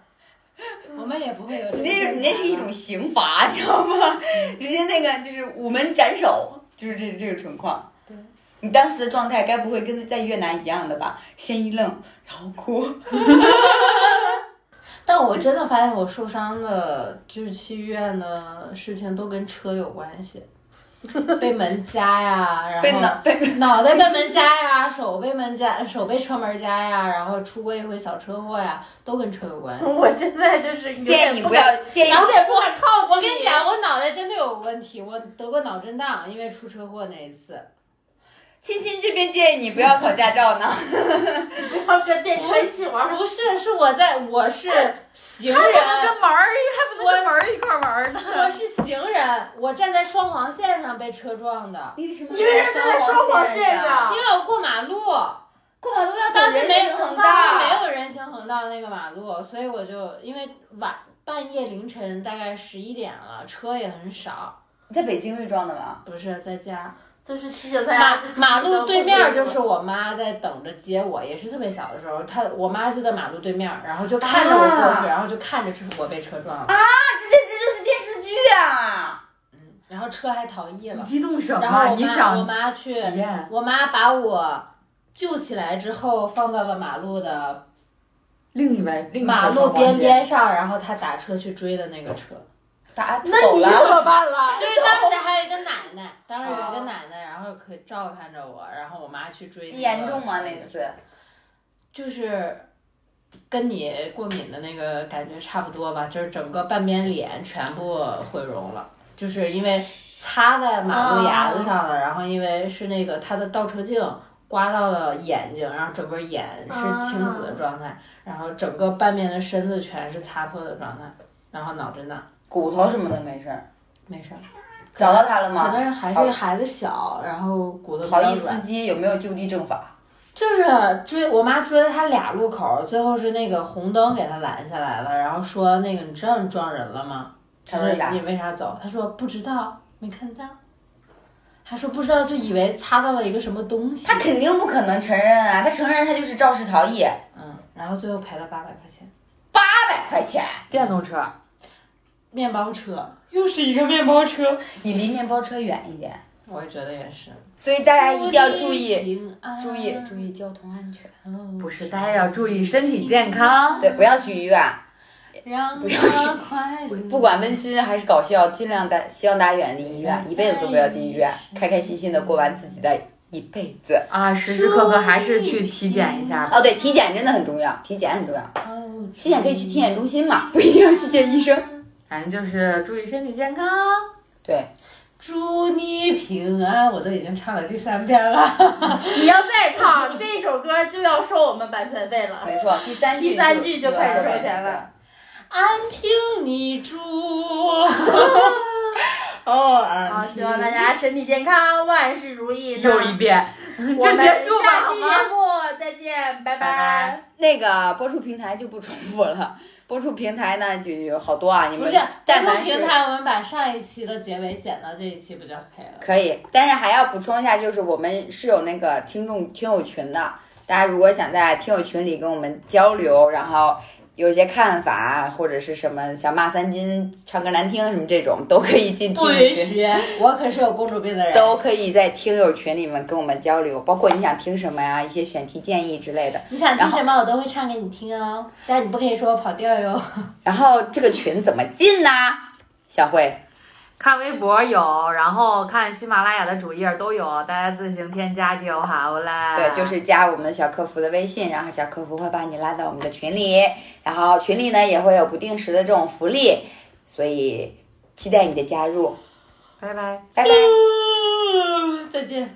Speaker 4: 我们也不会有这个
Speaker 2: 嗯那是
Speaker 4: 问题
Speaker 2: 那是一
Speaker 4: 了
Speaker 2: 种刑罚，你知道吗？直接那个就是午门斩首，就是这这个情况。
Speaker 4: 对，
Speaker 2: 你当时的状态该不会跟在越南一样的吧？先一愣，然后哭。
Speaker 4: 但我真的发现我受伤的，就是去医院的事情都跟车有关
Speaker 2: <laughs>
Speaker 4: 系，被门夹呀，然
Speaker 2: 被
Speaker 4: 后
Speaker 2: 脑被
Speaker 4: <laughs> 脑袋被门夹呀，手被门夹，手被车门夹呀，然后出过一回小车祸呀，都跟车有关系。
Speaker 5: 我现在就是
Speaker 2: 建
Speaker 5: 有点
Speaker 2: 议你
Speaker 5: 不
Speaker 2: 不要
Speaker 5: 敢，
Speaker 2: 建议
Speaker 4: 然后
Speaker 5: 有点不敢靠近。
Speaker 4: 哦我跟你
Speaker 2: 哦
Speaker 4: 讲，我脑袋真的有问题，我得过脑震荡，因为出车祸那一次。
Speaker 2: 欣欣这边建议你不要考驾照呢。
Speaker 5: 不要跟电车一起玩儿。
Speaker 4: 不是，是我在，我是行人，
Speaker 1: 门儿，还不能跟门儿一块儿玩儿呢。
Speaker 4: 我是行人，我站在双黄线上被车撞的，
Speaker 2: <laughs> 你为什么
Speaker 5: 因为是在双黄线
Speaker 2: 上？
Speaker 4: 因
Speaker 5: 上，
Speaker 4: 为我过马路，
Speaker 2: 过马路要走
Speaker 4: 当时
Speaker 2: 人
Speaker 4: 没
Speaker 2: 行
Speaker 4: 当
Speaker 2: 横
Speaker 4: 时
Speaker 2: 道。
Speaker 4: 没有人行横道那个马路，所以我就因为晚半夜凌晨大概十一点了，车也很少，
Speaker 2: 你在北京被撞的吗？
Speaker 4: 不是在家
Speaker 5: 就是提醒大
Speaker 4: 马
Speaker 5: 家，啊就是
Speaker 4: 马
Speaker 5: 注意
Speaker 4: 路
Speaker 5: 交
Speaker 4: 对
Speaker 5: 通
Speaker 4: 面
Speaker 5: 规
Speaker 4: 就
Speaker 5: 则
Speaker 4: 是我妈在等着接我，也是特别小的时候，她我妈就在马路对面，然后就看着我过去，
Speaker 2: 啊
Speaker 4: 然后就看着是我被车撞了，
Speaker 2: 那这这就是电视剧啊！
Speaker 4: 嗯，然后车还逃逸了。
Speaker 1: 激动什
Speaker 4: 然后
Speaker 1: 么？
Speaker 4: 我
Speaker 1: 你
Speaker 4: 妈，我
Speaker 1: 想
Speaker 4: 妈去
Speaker 1: 体验？
Speaker 4: 我妈把我救起来之后，放到了马路的
Speaker 1: 另一位，另一
Speaker 4: 马
Speaker 1: 侧
Speaker 4: 路
Speaker 1: 双
Speaker 4: 边
Speaker 1: 黄线。
Speaker 4: 边上，然后她打车去追的那个车。
Speaker 2: 打
Speaker 5: 那
Speaker 2: 走
Speaker 5: 你怎
Speaker 2: 了，
Speaker 5: 么办了？
Speaker 4: <laughs> 就是当时还有一个奶奶，当时有一个
Speaker 2: 啊
Speaker 4: 奶奶，然后可照看着我，然后我妈去追、那个。
Speaker 2: 严重吗？那次
Speaker 4: 就是跟你过敏的那个感觉差不多吧，就是整个半边脸全部毁容了，就是因为擦在马路牙子上了，然后因为是那个它的倒车镜刮到了眼睛，然后整个眼是青紫的状态，然后整个半边的身子全是擦破的状态，然后脑震荡
Speaker 2: 骨头什么的没事儿。
Speaker 4: 没事儿，
Speaker 2: 找到他了吗？
Speaker 4: 可能还是孩子小，然后骨头比
Speaker 2: 逃
Speaker 4: 较
Speaker 2: 逸
Speaker 4: 软
Speaker 2: 司。机有没有就地正法？
Speaker 4: 就是追我妈追了他俩路口，最后是那个红灯给他拦下来了，然后说那个你知道你撞人了吗？
Speaker 2: 他
Speaker 4: 他
Speaker 2: 说
Speaker 4: 说
Speaker 2: 啥
Speaker 4: 你为啥走？他说不知道，没看到。他说不知道，就以为擦到了一个什么东西。
Speaker 2: 他肯定不可能承认啊！他承认他就是肇事逃逸，
Speaker 4: 嗯，然后最后赔了八百块钱。
Speaker 2: 八百块钱。
Speaker 1: 电动车，
Speaker 4: 面包车又是一个面包车，
Speaker 2: 你离面包车远一点，
Speaker 4: 我也觉得也是。
Speaker 2: 所以大家一定要注意，
Speaker 4: 平安，
Speaker 2: 注意，注意交通安全。
Speaker 4: 哦
Speaker 1: 不是大家要注意身体健康。
Speaker 2: 对，不要去医院，
Speaker 4: 让
Speaker 2: 不要
Speaker 4: 他快乐。
Speaker 2: 不管温馨还是搞笑，尽量大，希望大家远离医院，一辈子都不要进医院，开开心心的过完自己的一辈子。
Speaker 1: 啊，时时刻刻还是去体检一下吧。
Speaker 2: 哦，对，体检真的很重要，体检很重要，
Speaker 4: 哦
Speaker 2: 体检可以去体检中心嘛，不一定要去见医生。
Speaker 1: 反正就是注意身体健康。
Speaker 2: 对，
Speaker 4: 祝你平安，我都已经唱了第三遍了。
Speaker 5: 你要再唱这首歌，就要收我们版权费了。
Speaker 2: 没错，第三句
Speaker 5: 第三句就开始收钱了。
Speaker 4: 安平你住，哦，
Speaker 1: 嗯
Speaker 5: 好，
Speaker 4: 安
Speaker 5: 希
Speaker 4: 平。
Speaker 5: 望大家身体健康，万事如意。
Speaker 1: 又一遍，
Speaker 5: 那
Speaker 1: 就结束吧，好
Speaker 5: 我们
Speaker 1: 吗
Speaker 5: 下期？节目再见，拜
Speaker 1: 拜
Speaker 2: 那个播出平台就不重复了， <laughs> 播出平台呢就有好多啊，你
Speaker 4: 不
Speaker 2: 们
Speaker 4: 是，
Speaker 2: 但
Speaker 4: 说
Speaker 2: 凡
Speaker 4: 平台，我们把上一期的结尾剪到这一期不就可以了？
Speaker 2: 可以，但是还要补充一下，就是我们是有那个听众听友群的，大家如果想在听友群里跟我们交流，然后有一些看法啊或者是什么想骂三金、唱歌难听什么这种，都可以进听
Speaker 4: 不
Speaker 2: 友
Speaker 4: 允
Speaker 2: 群。
Speaker 4: 许，我可是有公主病的人。
Speaker 2: 都可以在听友群里面跟我们交流，包括你想听什么呀，一些选题建议之类的。
Speaker 4: 你想
Speaker 2: 然
Speaker 4: 听
Speaker 2: 后
Speaker 4: 什么，我都会唱给你听哦，但你不可以说我跑调
Speaker 2: <laughs>
Speaker 4: 哟。
Speaker 2: 然后这个群怎么进呢？小慧，
Speaker 1: 看微博有，然后看喜马拉雅的主页都有，大家自行添加就好啦。
Speaker 2: 对，就是加我们小客服的微信，然后小客服会把你拉到我们的群里，然后群里呢也会有不定时的这种福利，所以期待你的加入，
Speaker 1: 拜拜。
Speaker 2: 拜拜。
Speaker 4: 再见。